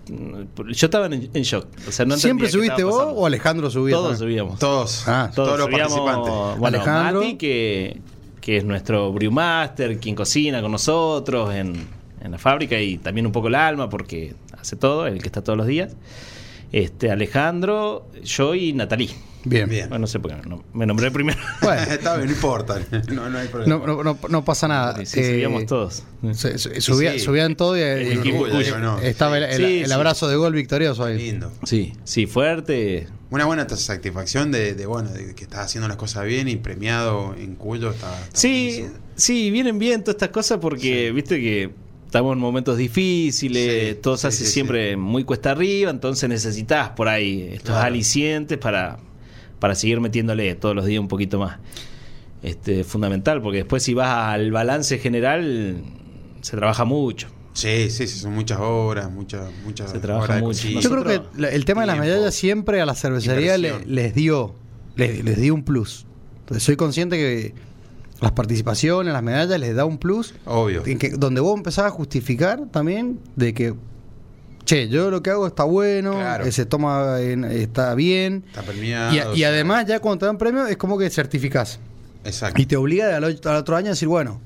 Speaker 4: yo estaba en, en shock. O sea, no
Speaker 2: ¿Siempre
Speaker 4: entendía qué
Speaker 2: subiste
Speaker 4: estaba
Speaker 2: vos
Speaker 4: pasando.
Speaker 2: o Alejandro subía?
Speaker 4: Todos
Speaker 2: también?
Speaker 4: subíamos.
Speaker 3: Todos,
Speaker 2: Ah,
Speaker 3: todos, los
Speaker 4: subíamos,
Speaker 3: participantes.
Speaker 4: Bueno,
Speaker 2: Alejandro.
Speaker 4: Mati, que, que es nuestro brewmaster, quien cocina con nosotros en, en la fábrica y también un poco el alma, porque hace todo, el que está todos los días. Este, Alejandro, yo y Natalí.
Speaker 2: Bien.
Speaker 3: Bien.
Speaker 4: Bueno, no sé por qué no- me nombré primero.
Speaker 2: Bueno,
Speaker 3: Está bien, no importa. No, no hay problema.
Speaker 2: no, no- no- no pasa nada.
Speaker 4: Sí, sí,
Speaker 2: Eh,
Speaker 4: subíamos todos.
Speaker 2: Se- se-
Speaker 3: Sí,
Speaker 2: subía-
Speaker 3: sí.
Speaker 2: Subían todo y,
Speaker 3: El
Speaker 2: y-
Speaker 3: equipo,
Speaker 2: y-
Speaker 3: digo, ¿no?
Speaker 2: eh, estaba el, el-
Speaker 4: Sí,
Speaker 2: el
Speaker 4: sí.
Speaker 2: abrazo de gol victorioso ahí.
Speaker 3: Lindo.
Speaker 4: Sí, sí, fuerte.
Speaker 3: Una buena satisfacción de, de, bueno, de que estás haciendo las cosas bien y premiado en Cuyo. Está, está
Speaker 4: Sí,
Speaker 3: buenísimo.
Speaker 4: sí, vienen bien todas estas cosas porque, viste que estamos en momentos difíciles,
Speaker 3: Sí,
Speaker 4: todo se
Speaker 3: sí,
Speaker 4: hace
Speaker 3: sí,
Speaker 4: siempre muy cuesta arriba, entonces necesitas por ahí estos
Speaker 3: Claro.
Speaker 4: alicientes para, para seguir metiéndole todos los días un poquito más. Este, fundamental, porque después si vas al balance general, se trabaja mucho.
Speaker 3: Sí, sí, sí, son muchas horas, muchas, muchas
Speaker 4: Se trabaja
Speaker 3: horas de
Speaker 4: mucho.
Speaker 3: cocina.
Speaker 2: Yo
Speaker 4: Nosotros-
Speaker 2: creo que la- el tema de las
Speaker 3: Tiempo.
Speaker 2: medallas siempre a la cervecería le-
Speaker 3: Inversión.
Speaker 2: les dio les, les dio un plus. Entonces soy consciente que las participaciones, las medallas les da un plus
Speaker 3: Obvio.
Speaker 2: en que- donde vos empezás a justificar también de que che, yo lo que hago está bueno,
Speaker 3: Claro.
Speaker 2: eh, se toma en- está bien.
Speaker 3: Está premiado.
Speaker 2: Y, a-
Speaker 3: o
Speaker 2: y
Speaker 3: sea,
Speaker 2: además ya cuando te dan premio es como que certificás
Speaker 3: Exacto.
Speaker 2: y te obliga al, o- al otro año a decir, bueno,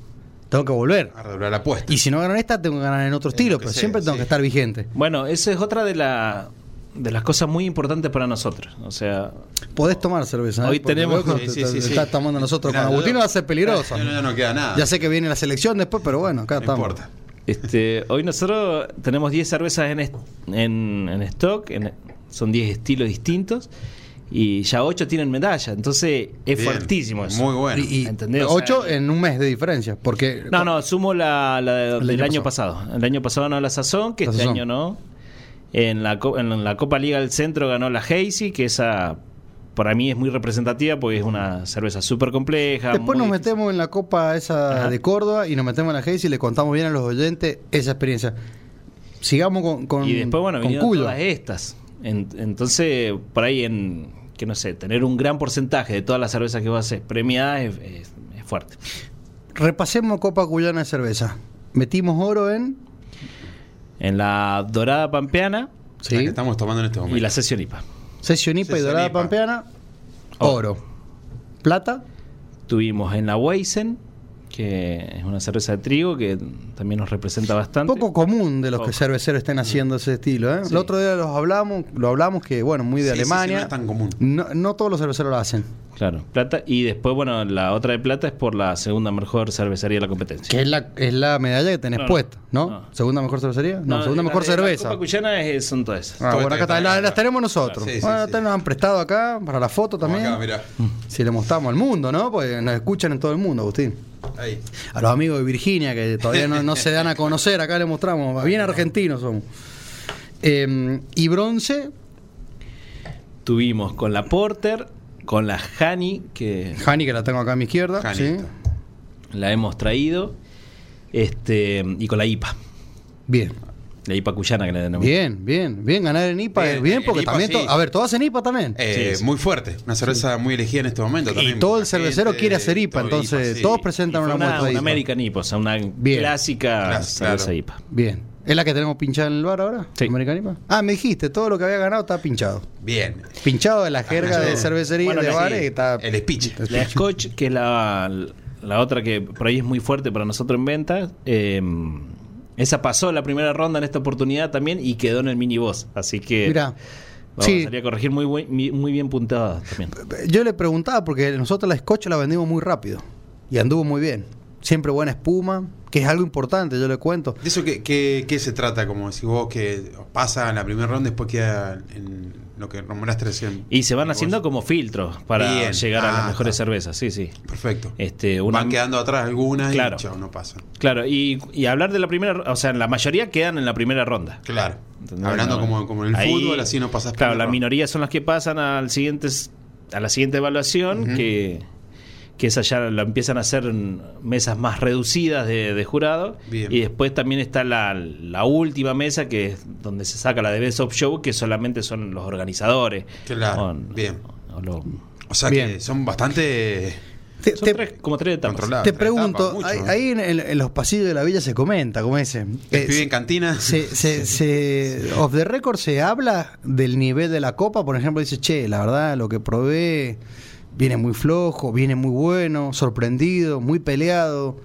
Speaker 2: tengo que volver.
Speaker 3: A redoblar la apuesta.
Speaker 2: Y si no gano en esta, tengo que ganar en otro
Speaker 3: lo
Speaker 2: estilo,
Speaker 3: que
Speaker 2: pero
Speaker 3: sea,
Speaker 2: siempre tengo
Speaker 3: Eh, sí.
Speaker 2: que estar vigente.
Speaker 4: Bueno, esa es otra de, la, de las cosas muy importantes para nosotros. O sea,
Speaker 2: Podés tomar cerveza. ¿eh?
Speaker 4: Hoy
Speaker 2: Porque
Speaker 4: tenemos-
Speaker 2: veo que
Speaker 3: Sí,
Speaker 2: te-
Speaker 3: sí,
Speaker 2: te-
Speaker 3: sí,
Speaker 2: te
Speaker 3: sí.
Speaker 2: Estás tomando nosotros
Speaker 3: Mirá,
Speaker 2: con Agustino,
Speaker 3: yo-
Speaker 2: va a ser peligroso.
Speaker 3: No, no, no queda nada.
Speaker 2: Ya sé que viene la selección después, pero bueno, acá
Speaker 3: No
Speaker 2: estamos.
Speaker 3: importa.
Speaker 4: Este, hoy nosotros tenemos 10 cervezas en, est- en, en stock, en- son 10 estilos distintos, y ya 8 tienen medalla, entonces es
Speaker 3: Bien.
Speaker 4: fuertísimo eso.
Speaker 3: Muy bueno.
Speaker 2: Y, y
Speaker 4: ¿Entendés? O sea,
Speaker 2: ocho en un mes de diferencia, porque
Speaker 4: No, no, sumo la, la de-
Speaker 2: El
Speaker 4: del
Speaker 2: año
Speaker 4: año pasado. El año pasado ganó la Sazón, que
Speaker 2: La
Speaker 4: este
Speaker 2: Sazón.
Speaker 4: año no. En la, co- en la Copa Liga del Centro ganó la Hazy, que esa para mí es muy representativa porque es una cerveza súper compleja.
Speaker 2: después nos
Speaker 4: muy-
Speaker 2: metemos en la copa esa
Speaker 4: Ajá.
Speaker 2: de Córdoba y nos metemos en la Hayes y le contamos bien a los oyentes esa experiencia. Sigamos con, con,
Speaker 4: y después, bueno,
Speaker 2: con
Speaker 4: vinieron
Speaker 2: Cuyo.
Speaker 4: todas estas. En- entonces, por ahí en, que no sé, tener un gran porcentaje de todas las cervezas que vos haces premiadas es, es- es fuerte.
Speaker 2: Repasemos Copa Cuyana de cerveza. Metimos oro en.
Speaker 4: En la Dorada Pampeana
Speaker 3: La
Speaker 2: Sí.
Speaker 3: que estamos tomando en este momento.
Speaker 4: y la Sesión IPA.
Speaker 2: Sesión IPA y
Speaker 3: Sesión Oh.
Speaker 2: Dorada
Speaker 3: IPA.
Speaker 2: Pampeana.
Speaker 4: Oro.
Speaker 2: Oro. Plata.
Speaker 4: Tuvimos en la Weizen, que es una cerveza de trigo que también nos representa bastante.
Speaker 2: Poco común de los que
Speaker 4: Poco.
Speaker 2: cerveceros
Speaker 3: Mm.
Speaker 2: estén haciendo ese estilo. ¿eh?
Speaker 4: Sí.
Speaker 2: El otro día los hablamos, lo hablamos que, bueno, muy de
Speaker 3: Sí, sí, sí,
Speaker 2: Alemania.
Speaker 3: no es tan común.
Speaker 2: No, no todos los cerveceros lo hacen.
Speaker 4: Claro, plata. Y después, bueno, la otra de plata es por la segunda mejor cervecería de la competencia.
Speaker 2: Que es la, es la medalla que tenés
Speaker 4: No, no.
Speaker 2: puesta, ¿no?
Speaker 4: No.
Speaker 2: ¿Segunda mejor cervecería? No,
Speaker 4: No,
Speaker 2: segunda
Speaker 4: la
Speaker 2: mejor
Speaker 4: de- la
Speaker 2: cerveza.
Speaker 4: Copa Cuyana es- son todas esas.
Speaker 2: Ah,
Speaker 3: Todo
Speaker 2: bueno,
Speaker 3: está-
Speaker 2: acá está,
Speaker 3: está-
Speaker 2: la- las tenemos nosotros.
Speaker 3: Sí, sí,
Speaker 2: Bueno,
Speaker 3: sí.
Speaker 2: estas nos han prestado acá para la foto
Speaker 3: Como
Speaker 2: también. Mm.
Speaker 3: acá, mirá.
Speaker 2: si le mostramos al mundo, ¿no? Pues nos escuchan en todo el mundo, Agustín.
Speaker 3: Ahí.
Speaker 2: A los amigos de Virginia que todavía no, no se dan a conocer, acá le mostramos. Bien argentinos somos. Eh, y bronce,
Speaker 4: Tuvimos con la Porter, con la Hani, que
Speaker 2: Hani, que la tengo acá a mi izquierda.
Speaker 3: Jani,
Speaker 2: Ah, ¿sí?
Speaker 3: está.
Speaker 4: la hemos traído, este, y con la IPA.
Speaker 2: Bien,
Speaker 4: La IPA cuyana que le denominamos.
Speaker 2: bien, bien, bien. Ganar en IPA
Speaker 3: Bien,
Speaker 2: es bien,
Speaker 3: en
Speaker 2: porque
Speaker 3: IPA
Speaker 2: también.
Speaker 3: sí.
Speaker 2: to- A ver, todas en IPA también.
Speaker 3: Eh,
Speaker 4: Sí, sí.
Speaker 3: Muy fuerte. Una cerveza muy elegida en este momento.
Speaker 2: y
Speaker 3: también
Speaker 2: todo
Speaker 3: por
Speaker 2: el
Speaker 3: la
Speaker 2: cervecero
Speaker 3: gente,
Speaker 2: quiere hacer IPA,
Speaker 3: todo
Speaker 2: entonces
Speaker 3: sí.
Speaker 2: todos
Speaker 4: Y fue
Speaker 2: presentan
Speaker 4: una,
Speaker 2: una, muestra de
Speaker 4: una
Speaker 2: IPA.
Speaker 4: American IPA, o sea, una
Speaker 2: Bien.
Speaker 4: clásica
Speaker 3: Clas-
Speaker 4: cerveza
Speaker 3: claro.
Speaker 4: IPA.
Speaker 2: Bien. ¿Es la que tenemos pinchada en el bar ahora?
Speaker 4: Sí.
Speaker 2: American IPA. Ah, me dijiste, todo lo que había ganado está pinchado.
Speaker 3: Bien.
Speaker 2: Pinchado de la jerga
Speaker 3: Ah, sí.
Speaker 2: de cervecería
Speaker 4: Bueno,
Speaker 2: de
Speaker 4: la-
Speaker 2: bares
Speaker 4: sí.
Speaker 2: que está.
Speaker 3: El speech.
Speaker 4: La Scotch, que es la, la otra que por ahí es muy fuerte para nosotros en venta, eh, esa pasó la primera ronda en esta oportunidad también y quedó en el mini boss. Así que
Speaker 2: Mirá.
Speaker 4: vamos,
Speaker 2: sí.
Speaker 4: salí a corregir muy, buen- mi- muy bien puntada también.
Speaker 2: Yo le preguntaba porque nosotros la Scotch la vendimos muy rápido y anduvo muy bien. Siempre buena espuma, que es algo importante, yo le cuento.
Speaker 3: ¿De eso qué, qué- qué se trata? Como si vos que pasa en la primera ronda, después queda en lo que nombraste recién.
Speaker 4: Y se van haciendo como filtros para
Speaker 3: Bien.
Speaker 4: llegar a
Speaker 3: Ah,
Speaker 4: las mejores
Speaker 3: está.
Speaker 4: cervezas, sí, sí.
Speaker 3: Perfecto.
Speaker 2: eh,
Speaker 4: Este, una-
Speaker 3: Van quedando atrás algunas
Speaker 4: Claro.
Speaker 3: y chao, no pasan.
Speaker 4: Claro, y, y hablar de la primera, o sea, la mayoría quedan en la primera ronda.
Speaker 3: Claro.
Speaker 4: ¿Entendés?
Speaker 3: Hablando
Speaker 4: No.
Speaker 3: como, como en el
Speaker 4: Ahí,
Speaker 3: fútbol, así no pasas
Speaker 4: Claro, la
Speaker 3: primera ronda.
Speaker 4: minoría son las que pasan al siguiente, a la siguiente evaluación,
Speaker 3: Ujú.
Speaker 4: que, que esa ya la empiezan a hacer en mesas más reducidas de, de jurado.
Speaker 3: Bien.
Speaker 4: Y después también está la, la última mesa, que es donde se saca la de Best of Show, que solamente son los organizadores.
Speaker 3: Claro, bien.
Speaker 4: o lo-
Speaker 3: O sea
Speaker 2: Bien.
Speaker 3: que son bastante
Speaker 2: Te,
Speaker 4: son
Speaker 2: te-
Speaker 4: tres- como tres etapas.
Speaker 3: controladas.
Speaker 2: te
Speaker 3: Tres
Speaker 2: pregunto,
Speaker 3: etapas, mucho,
Speaker 2: ahí,
Speaker 3: ¿eh?
Speaker 2: ahí en, en- en los pasillos de la villa se comenta, como ese.
Speaker 3: El
Speaker 2: eh,
Speaker 3: pibe en cantina.
Speaker 2: se, se, se- off the record se habla del nivel de la copa, por ejemplo, dice, che, la verdad, lo que probé viene muy flojo, viene muy bueno, sorprendido, muy peleado.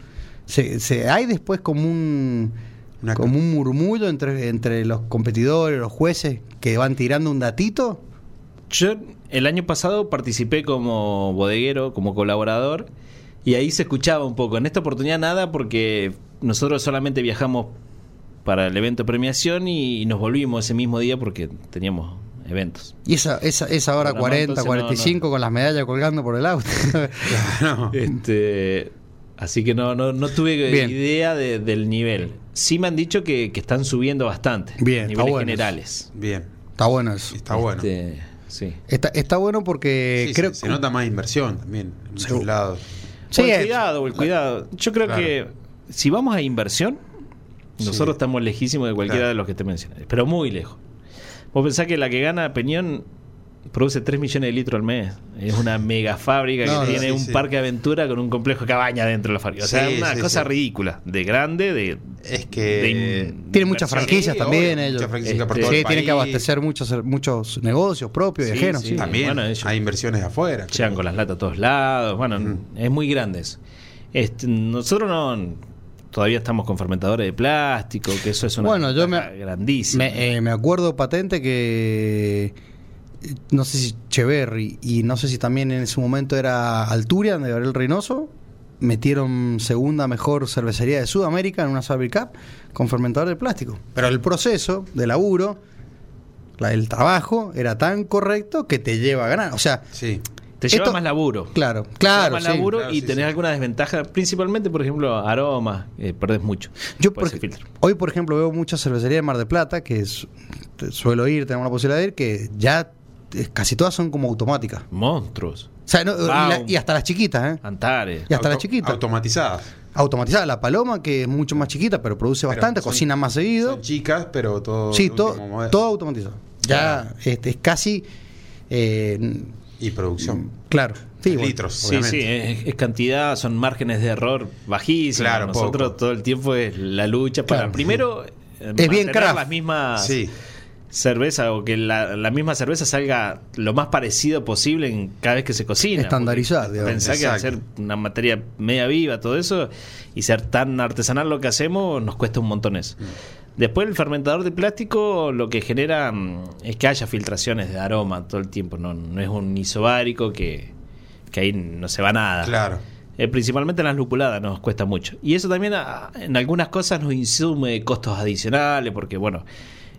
Speaker 2: Se, se- hay después como un
Speaker 3: Una
Speaker 2: como
Speaker 3: ca-
Speaker 2: un murmullo entre, entre los competidores, los jueces, que van tirando un datito.
Speaker 4: Yo el año pasado participé como bodeguero, como colaborador, y ahí se escuchaba un poco. En esta oportunidad nada porque nosotros solamente viajamos para el evento de premiación y, nos volvimos ese mismo día porque teníamos eventos.
Speaker 2: Y esa, esa, esa hora
Speaker 4: Bueno, no,
Speaker 2: 40,
Speaker 4: entonces no,
Speaker 2: 45 con las medallas colgando por el auto.
Speaker 3: Ah, No.
Speaker 2: Eh,
Speaker 4: Este, así que no, no, no tuve
Speaker 2: Bien.
Speaker 4: idea de- del nivel. Sí me han dicho que, que están subiendo bastante.
Speaker 2: Bien, está
Speaker 4: niveles
Speaker 2: bueno.
Speaker 4: generales.
Speaker 3: Bien,
Speaker 2: Está bueno eso.
Speaker 3: está bueno.
Speaker 4: Este, Sí.
Speaker 2: Está, está bueno porque
Speaker 3: Sí,
Speaker 2: eh, creo
Speaker 3: se, se nota más inversión también en muchos
Speaker 2: Seguro.
Speaker 3: lados.
Speaker 2: Sí,
Speaker 4: O el
Speaker 2: es-
Speaker 4: cuidado, o el cuidado. Yo creo
Speaker 3: Claro.
Speaker 4: que si vamos a inversión, nosotros
Speaker 3: Sí.
Speaker 4: estamos lejísimos de cualquiera
Speaker 3: Claro.
Speaker 4: de los que te mencioné, pero muy lejos. Vos pensás que la que gana Peñón produce 3 millones de litros al mes. Es una mega fábrica
Speaker 3: No,
Speaker 4: que
Speaker 3: no,
Speaker 4: tiene
Speaker 3: sí,
Speaker 4: un
Speaker 3: sí.
Speaker 4: parque de aventura con un complejo de cabaña dentro de la fábrica. O sea,
Speaker 3: Sí,
Speaker 4: una
Speaker 3: sí,
Speaker 4: cosa
Speaker 3: sí.
Speaker 4: ridícula, de grande, de...
Speaker 3: Es
Speaker 4: de
Speaker 3: que.
Speaker 4: in-
Speaker 2: Tiene muchas
Speaker 4: inversión.
Speaker 2: franquicias también
Speaker 3: obvio,
Speaker 2: ellos.
Speaker 3: muchas franquicias por
Speaker 4: Este,
Speaker 3: todo el
Speaker 2: sí, tienen que
Speaker 3: país.
Speaker 2: abastecer muchos, muchos negocios propios Ah, y
Speaker 4: Sí,
Speaker 2: ajenos.
Speaker 4: sí.
Speaker 3: También
Speaker 4: Bueno, ellos-
Speaker 3: hay inversiones afuera. creo.
Speaker 4: Llegan con las latas a todos lados. Bueno,
Speaker 3: Ujú.
Speaker 4: es muy grande eso. Este, nosotros no. Todavía estamos con fermentadores de plástico, que eso es una
Speaker 2: Bueno, yo
Speaker 4: ventaja
Speaker 2: me-
Speaker 4: grandísima.
Speaker 2: Me, eh, me acuerdo patente que eh, no sé si Cheverry y no sé si también en su momento era Alturian de Gabriel Reynoso metieron segunda mejor cervecería de Sudamérica en una Sour Cup con fermentador de plástico. Pero el proceso de laburo, la- el trabajo era tan correcto que te lleva a ganar. O sea,
Speaker 3: Sí.
Speaker 4: Te lleva
Speaker 2: esto-
Speaker 4: más laburo.
Speaker 2: claro,
Speaker 4: Te lleva
Speaker 2: claro.
Speaker 4: más
Speaker 2: sí.
Speaker 4: laburo
Speaker 3: claro,
Speaker 4: y
Speaker 3: sí,
Speaker 4: tenés
Speaker 3: sí.
Speaker 4: alguna desventaja, principalmente, por ejemplo, aromas, eh, perdés mucho.
Speaker 2: Yo
Speaker 3: Pues
Speaker 4: por ese
Speaker 2: por ej-
Speaker 4: filtro.
Speaker 2: hoy, por ejemplo, veo muchas cervecerías de Mar de Plata que es- te- suelo ir, tengo la posibilidad de ir, que ya eh, casi todas son como automáticas.
Speaker 4: Monstruos,
Speaker 2: O sea, no,
Speaker 4: Wow.
Speaker 2: y, la- y hasta las chiquitas,
Speaker 3: Ah.
Speaker 2: ¿eh?
Speaker 4: Antares.
Speaker 2: Y hasta las
Speaker 3: Auto-
Speaker 2: chiquitas.
Speaker 3: Automatizadas.
Speaker 2: Automatizada. La paloma, que es mucho más chiquita, pero produce
Speaker 3: Pero
Speaker 2: bastante,
Speaker 3: son-
Speaker 2: cocina más seguido.
Speaker 3: Son chicas, pero todo.
Speaker 2: Sí,
Speaker 3: de
Speaker 2: todo,
Speaker 3: último modelo.
Speaker 2: todo automatizado. Ya este, es casi. eh,
Speaker 3: Y producción.
Speaker 2: claro. Mm, Sí, bueno.
Speaker 3: litros,
Speaker 4: Sí, sí,
Speaker 3: obviamente.
Speaker 4: es, es cantidad, son márgenes de error bajísimos.
Speaker 3: Claro,
Speaker 4: Nosotros
Speaker 3: poco.
Speaker 4: todo el tiempo es la lucha para
Speaker 2: Claro.
Speaker 4: primero eh,
Speaker 2: bien
Speaker 4: mantener
Speaker 2: craft.
Speaker 4: las mismas
Speaker 3: Sí.
Speaker 4: cerveza o que la, la misma cerveza salga lo más parecido posible en cada vez que se cocina.
Speaker 2: Estandarizar,
Speaker 4: Porque
Speaker 2: digamos.
Speaker 4: Pensá que
Speaker 3: Exacto.
Speaker 4: hacer una materia media viva, todo eso, y ser tan artesanal lo que hacemos, nos cuesta un montón eso. Después el fermentador de plástico lo que genera mm, es que haya filtraciones de aroma todo el tiempo, no, no es un isobárico que, que ahí no se va nada.
Speaker 3: Claro.
Speaker 4: Eh, principalmente en las lupuladas nos cuesta mucho. Y eso también ah, en algunas cosas nos insume costos adicionales, porque bueno,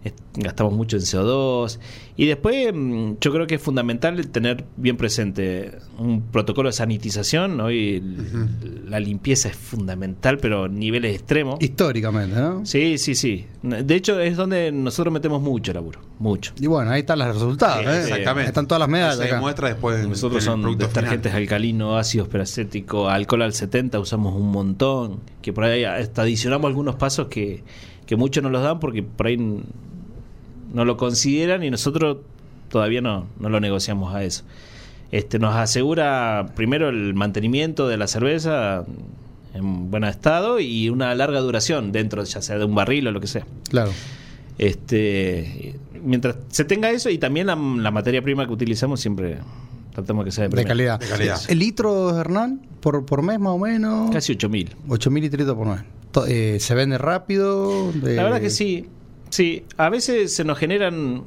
Speaker 4: es- gastamos mucho en CO2. Y después mm, yo creo que es fundamental tener bien presente un protocolo de sanitización. Hoy l- la limpieza es fundamental, pero a niveles extremos.
Speaker 2: Históricamente, ¿no?
Speaker 4: Sí, sí, sí. De hecho es donde nosotros metemos mucho laburo, mucho.
Speaker 2: Y bueno, ahí están los resultados.
Speaker 4: Sí,
Speaker 2: ¿eh?
Speaker 3: Exactamente.
Speaker 2: Ahí Están todas las medallas.
Speaker 3: Se
Speaker 2: acá.
Speaker 3: demuestra después en,
Speaker 4: Nosotros
Speaker 3: en el
Speaker 4: son
Speaker 3: producto final.
Speaker 4: detergentes alcalinos, ácidos peracéticos, alcohol al 70, usamos un montón, que por ahí hasta adicionamos algunos pasos que, que muchos no los dan porque por ahí n- no lo consideran y nosotros todavía no, no lo negociamos a eso. Este, nos asegura primero el mantenimiento de la cerveza en buen estado y una larga duración dentro, ya sea de un barril o lo que sea.
Speaker 2: Claro.
Speaker 4: Este, mientras se tenga eso y también la, la materia prima que utilizamos siempre tratamos que sea de,
Speaker 2: De
Speaker 4: primera.
Speaker 2: calidad.
Speaker 3: De calidad.
Speaker 2: El litro, Hernán, por, por mes más o menos.
Speaker 4: Casi 8000.
Speaker 2: 8.000 litritos por mes. To- eh, se vende rápido. de-
Speaker 4: La verdad que sí. Sí, a veces se nos generan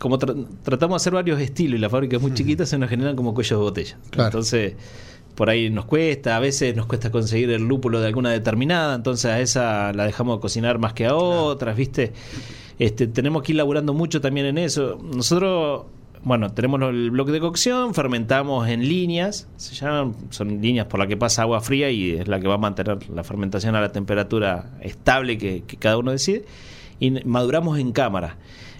Speaker 4: como tra- tratamos de hacer varios estilos y la fábrica es muy chiquita, se nos generan como cuellos de botella.
Speaker 2: Claro.
Speaker 4: Entonces, por ahí nos cuesta, a veces nos cuesta conseguir el lúpulo de alguna determinada, entonces a esa la dejamos cocinar más que a otras, ¿viste? Este, tenemos que ir laburando mucho también en eso. Nosotros, bueno, tenemos lo- el bloque de cocción, fermentamos en líneas, se llaman, son líneas por las que pasa agua fría y es la que va a mantener la fermentación a la temperatura estable que, que cada uno decide, y n- maduramos en cámara.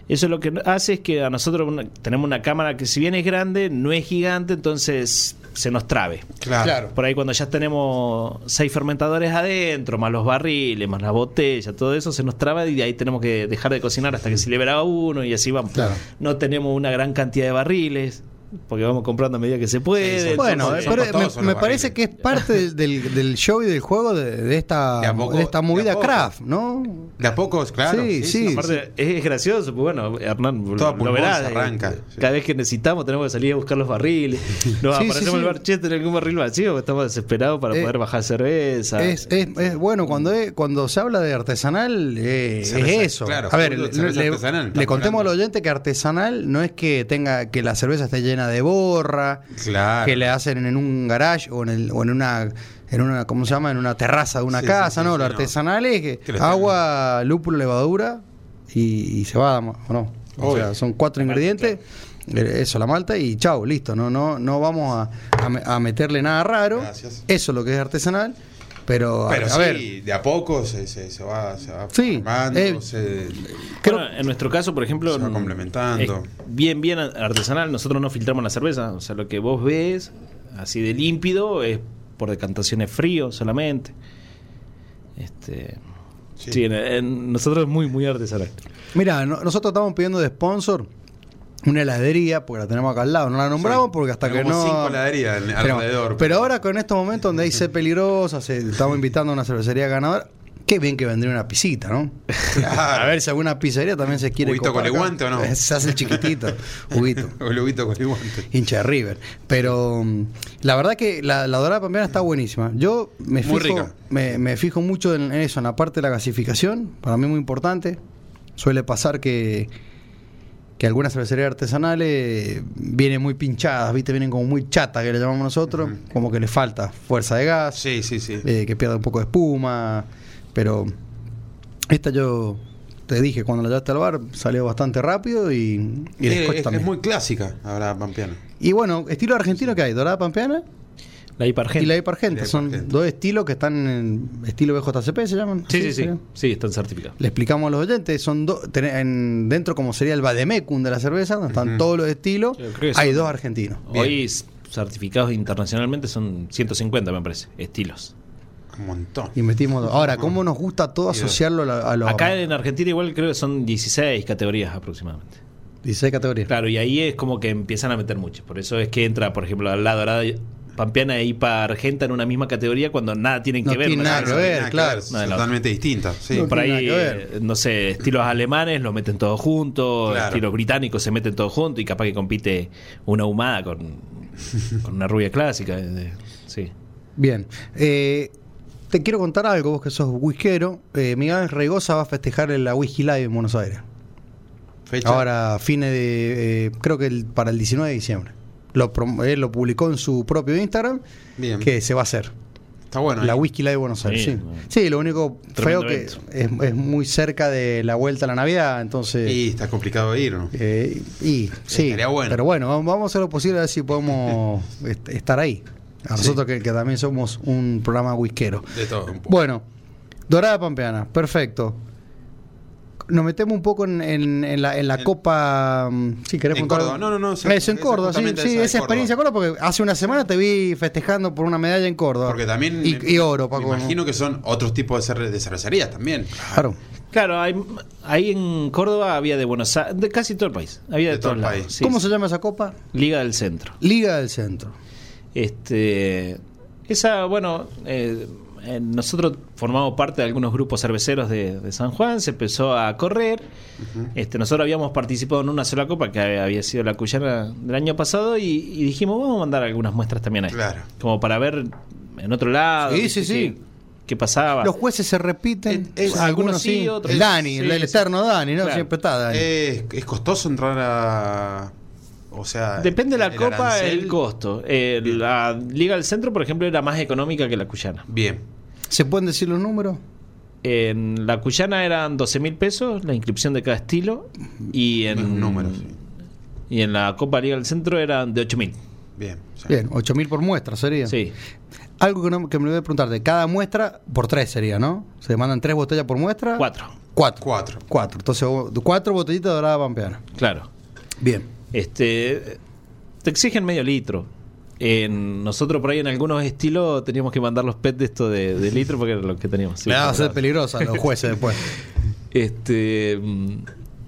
Speaker 4: Eso lo que hace es que a nosotros una- tenemos una cámara que si bien es grande, no es gigante, entonces se nos trabe.
Speaker 3: Claro.
Speaker 2: Claro.
Speaker 4: Por ahí cuando ya tenemos seis fermentadores adentro, más los barriles, más las botellas, todo eso se nos traba y de ahí tenemos que dejar de cocinar hasta que se libera uno y así vamos.
Speaker 2: Claro.
Speaker 4: No tenemos una gran cantidad de barriles, porque vamos comprando a medida que se puede.
Speaker 3: Son-
Speaker 2: Bueno,
Speaker 3: son-
Speaker 2: eh,
Speaker 3: son
Speaker 2: pero
Speaker 3: costosos
Speaker 2: me,
Speaker 3: los
Speaker 2: me parece
Speaker 3: barriles.
Speaker 2: que es parte del, del- del show y del juego de, de esta,
Speaker 3: De a poco-
Speaker 2: de esta
Speaker 3: de
Speaker 2: movida
Speaker 3: a poco.
Speaker 2: craft, ¿no?
Speaker 3: De a pocos, claro.
Speaker 2: Sí, sí.
Speaker 4: Aparte, es gracioso, pues bueno, Hernán, lo-
Speaker 3: Todo a
Speaker 4: lo,
Speaker 3: pulmón
Speaker 4: verás.
Speaker 3: se
Speaker 4: eh,
Speaker 3: arranca, sí.
Speaker 4: Cada vez que necesitamos tenemos que salir a buscar los barriles. Nos
Speaker 2: Sí, sí,
Speaker 4: aparecemos en el
Speaker 2: sí.
Speaker 4: bar, che, ¿tenés algún barril vacío? porque Estamos desesperados para
Speaker 2: Eh,
Speaker 4: poder bajar cerveza.
Speaker 2: Es, es- es bueno, cuando, es- cuando se habla de artesanal, eh, es
Speaker 3: Cerveza,
Speaker 2: eso.
Speaker 3: claro,
Speaker 2: a ver,
Speaker 3: fútbol,
Speaker 2: le,
Speaker 3: cerveza
Speaker 2: le-
Speaker 3: artesanal,
Speaker 2: le
Speaker 3: estamos
Speaker 2: contemos al
Speaker 3: hablando.
Speaker 2: oyente que artesanal no es que tenga que la cerveza esté llena de borra,
Speaker 3: Claro.
Speaker 2: que le hacen en un garage o en, el- o en una en una ¿cómo se llama? en una terraza de una
Speaker 3: Sí,
Speaker 2: casa,
Speaker 3: sí, sí,
Speaker 2: no,
Speaker 3: sí,
Speaker 2: lo
Speaker 3: no.
Speaker 2: artesanal es que
Speaker 3: Que lo estén-
Speaker 2: agua, lúpulo, levadura y, y cebada, mo- ¿o no? O
Speaker 3: Obvio.
Speaker 2: sea, son cuatro ingredientes, eh, eso, la malta y chau, listo, no no no vamos a, a me- a meterle nada raro.
Speaker 3: Gracias.
Speaker 2: Eso es lo que es artesanal. Pero, a-
Speaker 3: Pero
Speaker 2: a,
Speaker 3: sí,
Speaker 2: ver,
Speaker 3: de a poco se, se, se va, se va
Speaker 2: Sí,
Speaker 3: formando,
Speaker 2: eh,
Speaker 3: se,
Speaker 2: creo-
Speaker 4: Bueno, en nuestro caso, por ejemplo, mm,
Speaker 3: se va complementando.
Speaker 4: es bien, bien artesanal. Nosotros no filtramos la cerveza. O sea, lo que vos ves así de límpido es por decantaciones frío solamente. Este, sí,
Speaker 3: Sí.
Speaker 4: en- en- nosotros es muy, muy artesanal.
Speaker 2: mira, no- nosotros estamos pidiendo de sponsor una heladería, porque la tenemos acá al lado. No la nombramos
Speaker 3: Sí.
Speaker 2: porque hasta que
Speaker 3: Tenemos
Speaker 2: no.
Speaker 3: cinco heladerías en-
Speaker 2: Tenemos.
Speaker 3: alrededor.
Speaker 2: Pero ahora con estos momentos donde hay sed peligrosa, se, estamos invitando a una cervecería ganadora. Qué bien que vendría una pisita, ¿no?
Speaker 3: Claro.
Speaker 2: A ver si alguna pizzería también se quiere.
Speaker 3: Juguito
Speaker 2: copar
Speaker 3: con el
Speaker 2: acá.
Speaker 3: guante, ¿o no?
Speaker 2: Se hace el chiquitito, juguito.
Speaker 3: O lobito con el guante.
Speaker 2: Hincha de River. Pero mm, la verdad que la, la dorada pampeana está buenísima. Yo me
Speaker 3: Muy
Speaker 2: fijo,
Speaker 3: rica.
Speaker 2: me, me fijo mucho en, en eso, en la parte de la gasificación. Para mí muy importante. Suele pasar que, que algunas cervecerías artesanales vienen muy pinchadas, ¿viste? Vienen como muy chatas, que le llamamos nosotros. Como que le falta fuerza de gas,
Speaker 3: Sí, sí, sí.
Speaker 2: eh, que pierda un poco de espuma. Pero esta yo te dije, cuando la llevaste al bar, salió bastante rápido y, y el
Speaker 3: Eh,
Speaker 2: scotch
Speaker 3: es,
Speaker 2: también.
Speaker 3: es muy clásica ahora pampeana.
Speaker 2: Y bueno, estilo argentino que hay, dorada pampeana
Speaker 4: La hipargente.
Speaker 2: y la hipargenta.
Speaker 3: La
Speaker 2: Son
Speaker 3: hipargenta.
Speaker 2: dos estilos que están en estilo BJCP, se llaman.
Speaker 4: Sí, sí, sí.
Speaker 2: se llaman.
Speaker 4: Sí, están certificados.
Speaker 2: Le explicamos a los oyentes, son dos, ten- en- dentro como sería el Bademecum de la cerveza, donde están
Speaker 3: Ujú.
Speaker 2: todos los estilos,
Speaker 4: Yo creo que
Speaker 2: hay
Speaker 4: son-
Speaker 2: dos argentinos.
Speaker 3: Bien.
Speaker 4: Hoy s- certificados internacionalmente son 150, me parece, estilos.
Speaker 3: Un montón.
Speaker 2: Y metimos dos. Ahora, ¿cómo nos gusta todo
Speaker 3: Y dos.
Speaker 2: asociarlo a, la- a los
Speaker 4: Acá en Argentina igual creo que son 16 categorías aproximadamente.
Speaker 2: 16 categorías?
Speaker 4: Claro, y ahí es como que empiezan a meter muchos. Por eso es que entra, por ejemplo, la dorada pampeana e IPA argenta en una misma categoría cuando nada tienen
Speaker 2: No
Speaker 4: que ver.
Speaker 2: tiene
Speaker 4: ¿no?
Speaker 2: nada que ver, claro.
Speaker 3: es
Speaker 4: Una de la
Speaker 3: totalmente distinta. Sí.
Speaker 2: No,
Speaker 4: Por
Speaker 2: tiene
Speaker 4: ahí,
Speaker 2: nada que ver.
Speaker 4: eh, no sé, estilos alemanes los meten todos juntos,
Speaker 3: Claro.
Speaker 4: estilos británicos se meten todos juntos y capaz que compite una humada con, con una rubia clásica. eh, Sí.
Speaker 2: Bien. Eh, te quiero contar algo, vos que sos whiskero. Eh, Miguel Ángel Reigosa va a festejar la Whisky Live en Buenos Aires.
Speaker 3: Fecha.
Speaker 2: Ahora, fines de. eh, creo que el- para el 19 de diciembre. Lo, prom- él lo publicó en su propio Instagram.
Speaker 3: Bien.
Speaker 2: Que se va a hacer.
Speaker 3: Está bueno. ¿eh?
Speaker 2: La
Speaker 3: ahí.
Speaker 2: Whisky Live de Buenos Aires. Sí,
Speaker 4: Sí,
Speaker 2: sí.
Speaker 4: bueno.
Speaker 2: lo único
Speaker 4: Tremendo
Speaker 2: feo que es,
Speaker 4: evento.
Speaker 2: es muy cerca de la vuelta a la Navidad. Entonces.
Speaker 3: Y está complicado de ir, ¿no?
Speaker 2: eh, y sí.
Speaker 3: Estaría bueno.
Speaker 2: Pero bueno, vamos- vamos a hacer lo posible a ver si podemos est- estar ahí. A nosotros que, que también somos un programa whiskero.
Speaker 3: De todo un poco.
Speaker 2: Bueno, Dorada Pampeana, perfecto. Nos metemos un poco en, en- en la, en la
Speaker 3: En-
Speaker 2: Copa. mm, Sí, querés
Speaker 3: en
Speaker 2: contar-
Speaker 3: Córdoba. No, no, no, sí,
Speaker 2: Eso en
Speaker 3: esa
Speaker 2: Córdoba, sí,
Speaker 3: justamente
Speaker 2: sí,
Speaker 3: esa de
Speaker 2: esa experiencia en Córdoba, porque hace una semana te vi festejando por una medalla en Córdoba.
Speaker 3: Porque también.
Speaker 2: Y, y oro, Paco.
Speaker 3: Me imagino que son otros tipos de, cerve- de cervecerías también.
Speaker 2: Claro.
Speaker 4: Claro, hay- ahí en Córdoba había de Buenos Aires, de casi todo el país. Había de,
Speaker 3: De todo
Speaker 4: todos
Speaker 3: el
Speaker 4: lados.
Speaker 3: país.
Speaker 4: sí,
Speaker 2: ¿Cómo
Speaker 4: sí.
Speaker 2: se llama esa copa?
Speaker 4: Liga del Centro.
Speaker 2: Liga del Centro.
Speaker 4: Este, esa, bueno, eh, eh, nosotros formamos parte de algunos grupos cerveceros de, de San Juan, se empezó a correr. este, nosotros habíamos participado en una sola copa, que había sido la Cuyana del año pasado, y, y dijimos, vamos a mandar algunas muestras también ahí.
Speaker 3: Claro.
Speaker 4: Como para ver en otro lado.
Speaker 2: Sí,
Speaker 4: viste,
Speaker 2: sí,
Speaker 4: qué-
Speaker 2: sí.
Speaker 4: qué pasaba.
Speaker 2: Los jueces se repiten,
Speaker 3: Es- es-
Speaker 2: algunos
Speaker 4: algunos Ah. sí,
Speaker 2: sí.
Speaker 4: otros
Speaker 2: el
Speaker 4: sí.
Speaker 2: Dani, el,
Speaker 4: Sí,
Speaker 2: el
Speaker 4: sí.
Speaker 2: eterno Dani, ¿no?
Speaker 4: Claro.
Speaker 2: Siempre está Dani.
Speaker 3: Es, es costoso entrar a. O sea.
Speaker 4: Depende de la
Speaker 3: Ah, el
Speaker 4: copa,
Speaker 3: arancel.
Speaker 4: el costo. Eh, la Liga del Centro, por ejemplo, era más económica que la Cuyana.
Speaker 3: Bien.
Speaker 2: ¿Se pueden decir los números?
Speaker 4: En la Cuyana eran 12 mil pesos la inscripción de cada estilo y en,
Speaker 3: Buenos números, sí.
Speaker 4: y en la Copa Liga del Centro eran de 8 mil.
Speaker 3: Bien. o sea,
Speaker 2: Bien, 8000 por muestra sería.
Speaker 4: Sí.
Speaker 2: Algo que, no- que me voy a preguntar, de cada muestra, por tres sería, ¿no? Se mandan tres botellas por
Speaker 3: Ah.
Speaker 2: muestra.
Speaker 4: Cuatro,
Speaker 2: Cuatro.
Speaker 3: Cuatro.
Speaker 2: Cuatro. Entonces, vos- cuatro botellitas de dorada pampeana.
Speaker 4: claro.
Speaker 2: Bien.
Speaker 4: Este, te exigen medio litro. En, nosotros por ahí en algunos estilos teníamos que mandar los PET de esto de, de litro porque era lo que teníamos. Sí,
Speaker 2: Le va a ser
Speaker 4: cobraba.
Speaker 2: peligrosa a los jueces después.
Speaker 4: Este, mm,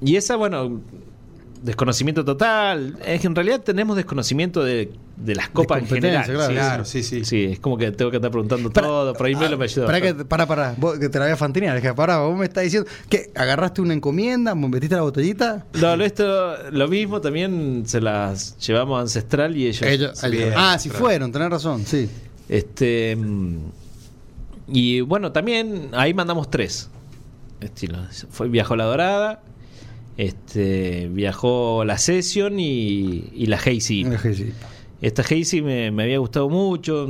Speaker 4: y esa, bueno, desconocimiento total. Es que en realidad tenemos desconocimiento de, de las copas en
Speaker 2: competencia,
Speaker 4: general.
Speaker 2: claro.
Speaker 3: Claro, sí, sí.
Speaker 4: Sí, es como que tengo que estar preguntando
Speaker 2: Para-
Speaker 4: todo. Por ahí Melo me ayuda.
Speaker 2: Pará, que,
Speaker 4: bastante.
Speaker 2: pará, pará. Vos, que te la voy a fantinear. Es que pará, vos me estás diciendo que agarraste una encomienda, metiste la botellita.
Speaker 4: No, lo, esto, lo mismo también se las llevamos a Ancestral y ellos.
Speaker 2: Ellos-
Speaker 3: sí, bien.
Speaker 2: ah, sí
Speaker 3: Claro.
Speaker 2: fueron, tenés razón, sí.
Speaker 4: Este, mm, y bueno, también ahí mandamos tres estilos. Fue, viajó la Dorada, este, viajó la Session y, y la Hazy.
Speaker 2: Mira que sí.
Speaker 4: Esta Hazy me, me había gustado mucho.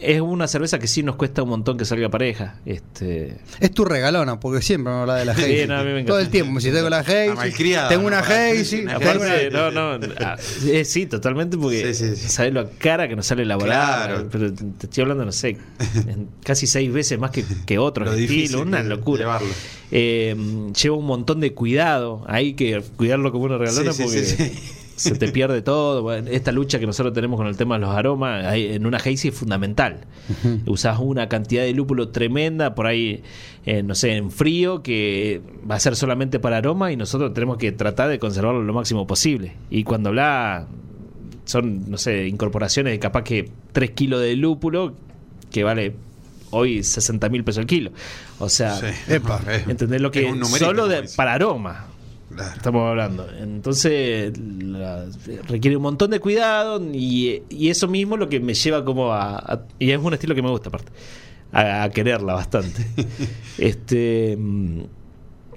Speaker 4: Es una cerveza que sí nos cuesta un montón que salga pareja. Este,
Speaker 2: Es tu regalona, porque siempre me hablas de la
Speaker 4: Sí,
Speaker 2: Hazy.
Speaker 4: no, a mí me encanta.
Speaker 2: Todo el tiempo, me siento con la
Speaker 3: La
Speaker 2: Hazy.
Speaker 3: malcriada,
Speaker 2: Tengo una
Speaker 3: la malcriada.
Speaker 2: Hazy.
Speaker 3: Una
Speaker 2: tengo una-
Speaker 4: Aparte, no, no, ah, eh, sí, totalmente, porque
Speaker 3: Sí, sí, sí.
Speaker 4: sabes lo cara que nos sale elaborada,
Speaker 3: Claro.
Speaker 4: pero te estoy hablando, no sé, en casi seis veces más que, que
Speaker 3: Lo
Speaker 4: otros
Speaker 3: difícil
Speaker 4: estilos, una
Speaker 3: de
Speaker 4: locura.
Speaker 3: llevarlo.
Speaker 4: Eh, lleva un montón de cuidado, hay que cuidarlo como una regalona
Speaker 3: Sí, sí,
Speaker 4: porque
Speaker 3: sí, sí.
Speaker 4: se te pierde todo. Bueno, esta lucha que nosotros tenemos con el tema de los aromas, ahí en una Hazy es fundamental. Usás una cantidad de lúpulo tremenda, por ahí, eh, no sé, en frío, que va a ser solamente para aroma y nosotros tenemos que tratar de conservarlo lo máximo posible. Y cuando habla, son, no sé, incorporaciones de capaz que 3 kilos de lúpulo, que vale hoy 60 mil pesos el kilo. O sea,
Speaker 3: Sí.
Speaker 2: Epa.
Speaker 3: Eh,
Speaker 4: entender lo
Speaker 3: es
Speaker 4: que
Speaker 3: un numerito,
Speaker 4: solo de-
Speaker 3: como dice.
Speaker 4: para aroma
Speaker 3: Claro.
Speaker 4: estamos hablando. Entonces la- requiere un montón de cuidado y, y eso mismo lo que me lleva como a, a- y es un estilo que me gusta aparte a, a quererla bastante. este mm,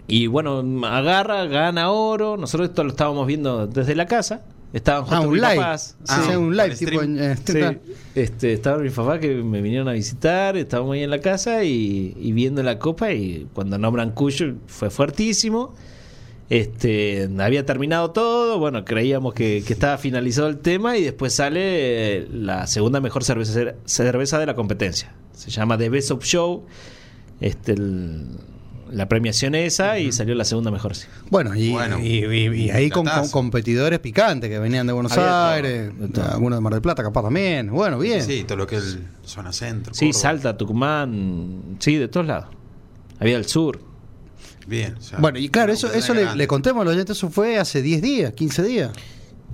Speaker 4: y bueno agarra gana oro. Nosotros esto lo estábamos viendo desde la casa. Estaban
Speaker 2: Ah,
Speaker 4: junto
Speaker 2: un
Speaker 4: mis
Speaker 2: live.
Speaker 4: papás.
Speaker 2: Ah,
Speaker 3: Sí.
Speaker 2: o sea, un live,
Speaker 3: Al
Speaker 2: tipo.
Speaker 3: stream.
Speaker 2: eh,
Speaker 4: Sí,
Speaker 2: tal.
Speaker 4: este, estaban mis papás que me vinieron a visitar, estábamos ahí en la casa y, y viendo la copa y cuando nombran Cuyo fue fuertísimo. Este, había terminado todo, bueno, creíamos que, que estaba finalizado el tema y después sale eh, la segunda mejor cerveza, cerveza de la competencia. Se llama The Best of Show, este, el- la premiación esa y salió la segunda mejor. sí.
Speaker 2: Bueno, y,
Speaker 3: Bueno.
Speaker 2: y- y- y ahí con,
Speaker 3: Datazo.
Speaker 2: con competidores picantes que venían de Buenos
Speaker 4: Había de todo,
Speaker 2: Aires,
Speaker 4: de todo.
Speaker 2: algunos de Mar del Plata, capaz también. Bueno, bien.
Speaker 3: Sí, todo lo que es el zona centro.
Speaker 4: Sí,
Speaker 3: Córdoba.
Speaker 4: Salta, Tucumán, sí, de todos lados. Había del sur.
Speaker 3: Bien. o sea,
Speaker 2: Bueno, y claro,
Speaker 3: una
Speaker 2: eso,
Speaker 3: competencia
Speaker 2: eso le,
Speaker 3: grande.
Speaker 2: le contemos a los oyentes, eso fue hace 10 días, 15 días.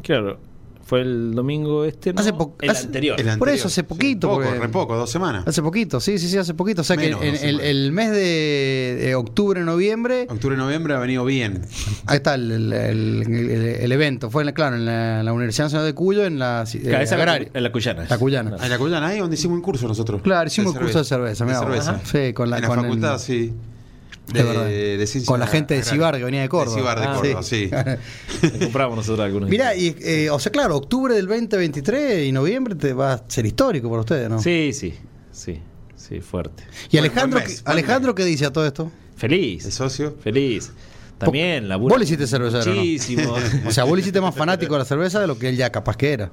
Speaker 4: Claro, fue el domingo este, ¿no?
Speaker 2: Hace po-
Speaker 4: el
Speaker 2: hace-
Speaker 4: anterior.
Speaker 3: El
Speaker 2: Por
Speaker 3: anterior,
Speaker 2: eso hace
Speaker 3: sí.
Speaker 2: poquito,
Speaker 3: Poco,
Speaker 2: porque-
Speaker 3: re poco, dos semanas.
Speaker 2: Hace poquito, sí, sí, sí, hace poquito. O sea
Speaker 3: Menos,
Speaker 2: que en-
Speaker 3: no sé,
Speaker 2: el,
Speaker 3: bueno.
Speaker 2: el mes de, de octubre, noviembre,
Speaker 3: Octubre y noviembre ha venido bien.
Speaker 2: ahí está el, el- el- el- el evento. Fue, en la- claro, en la, la Universidad Nacional de Cuyo, en la eh,
Speaker 4: Cabeza
Speaker 2: agraria.
Speaker 4: en la Ah, Cuyana.
Speaker 2: La Cuyana.
Speaker 3: En la Cuyana, ahí donde hicimos un curso nosotros.
Speaker 2: Claro, hicimos
Speaker 3: De
Speaker 2: un curso de cerveza, mirá vos.
Speaker 3: cerveza.
Speaker 2: Ajá. Sí, con la-
Speaker 3: en la
Speaker 2: con el-
Speaker 3: facultad, sí.
Speaker 2: Es verdad.
Speaker 3: ciencias
Speaker 2: Con la gente de
Speaker 3: agrarias.
Speaker 2: Cibar que venía de Córdoba.
Speaker 3: De Cibar de
Speaker 4: Ah,
Speaker 3: Córdoba, sí.
Speaker 2: Sí.
Speaker 4: Le compramos nosotros algunos.
Speaker 2: Mirá, y, eh, o sea, claro, octubre del 2023 y noviembre te va a ser histórico para ustedes, ¿no?
Speaker 4: Sí, sí, sí, sí, fuerte.
Speaker 2: ¿Y
Speaker 3: Buen-
Speaker 2: Alejandro,
Speaker 3: buen
Speaker 2: qué-
Speaker 3: mes, buen
Speaker 2: Alejandro qué dice a todo esto?
Speaker 3: El
Speaker 4: Feliz,
Speaker 3: socio.
Speaker 4: feliz. También, laburo.
Speaker 2: vos le hiciste cervecero, ¿no?
Speaker 4: Muchísimo.
Speaker 2: O sea, vos le hiciste más fanático de la cerveza de lo que él ya capaz que era.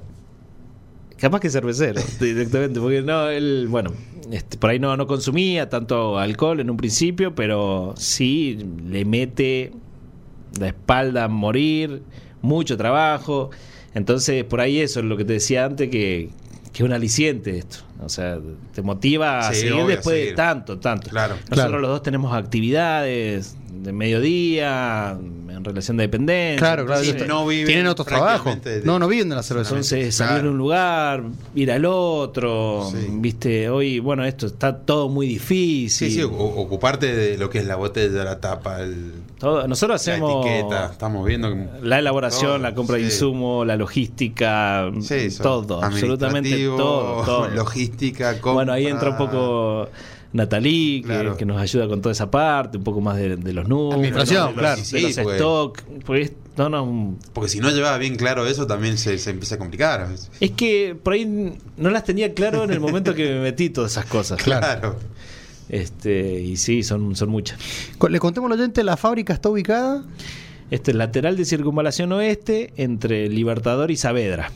Speaker 4: Capaz que cervecero, directamente, porque no, él, bueno, este, por ahí no, no consumía tanto alcohol en un principio, pero sí le mete la espalda a morir, mucho trabajo. Entonces, por ahí eso es lo que te decía antes, que, que es un aliciente esto. O sea, te motiva a
Speaker 3: Sí,
Speaker 4: seguir
Speaker 3: obvio,
Speaker 4: después de
Speaker 3: seguir.
Speaker 4: tanto, tanto.
Speaker 3: Claro.
Speaker 4: Nosotros
Speaker 2: Claro.
Speaker 4: los dos tenemos actividades de mediodía, en relación de dependencia.
Speaker 2: Claro, claro.
Speaker 3: Sí,
Speaker 2: ellos
Speaker 3: no
Speaker 2: te-
Speaker 3: viven
Speaker 2: tienen otros trabajos.
Speaker 3: prácticamente de-
Speaker 2: No, no viven de la cerveza.
Speaker 4: Entonces,
Speaker 3: Claro.
Speaker 4: salir de un lugar, ir al otro,
Speaker 3: Sí.
Speaker 4: viste, hoy, bueno, esto está todo muy difícil.
Speaker 3: Sí, sí, o- ocuparte de lo que es la botella, la tapa, el-
Speaker 4: Todo- nosotros
Speaker 3: la
Speaker 4: hacemos
Speaker 3: etiqueta. Estamos viendo que-
Speaker 4: la elaboración,
Speaker 3: Todo,
Speaker 4: la compra
Speaker 3: sí.
Speaker 4: de insumo, la logística,
Speaker 3: Sí, eso.
Speaker 4: todo, absolutamente
Speaker 3: Administrativo,
Speaker 4: todo. todo.
Speaker 3: Logística, compra.
Speaker 4: Bueno, ahí entra un poco Natalí, que,
Speaker 3: Claro.
Speaker 4: que nos ayuda con toda esa parte, un poco más de, de los números,
Speaker 2: Administración,
Speaker 4: de los,
Speaker 2: claro.
Speaker 4: de
Speaker 3: Sí,
Speaker 4: los
Speaker 3: pues.
Speaker 4: stock, pues, no, no,
Speaker 3: Porque si no llevaba bien claro eso, también se, se empieza a complicar.
Speaker 4: es que por ahí no las tenía claro en el momento que me metí todas esas cosas.
Speaker 3: Claro.
Speaker 4: Este, y sí, son, son muchas.
Speaker 2: Con- Le contemos al oyente, la fábrica está ubicada.
Speaker 4: Este es lateral de circunvalación oeste entre Libertador y Saavedra.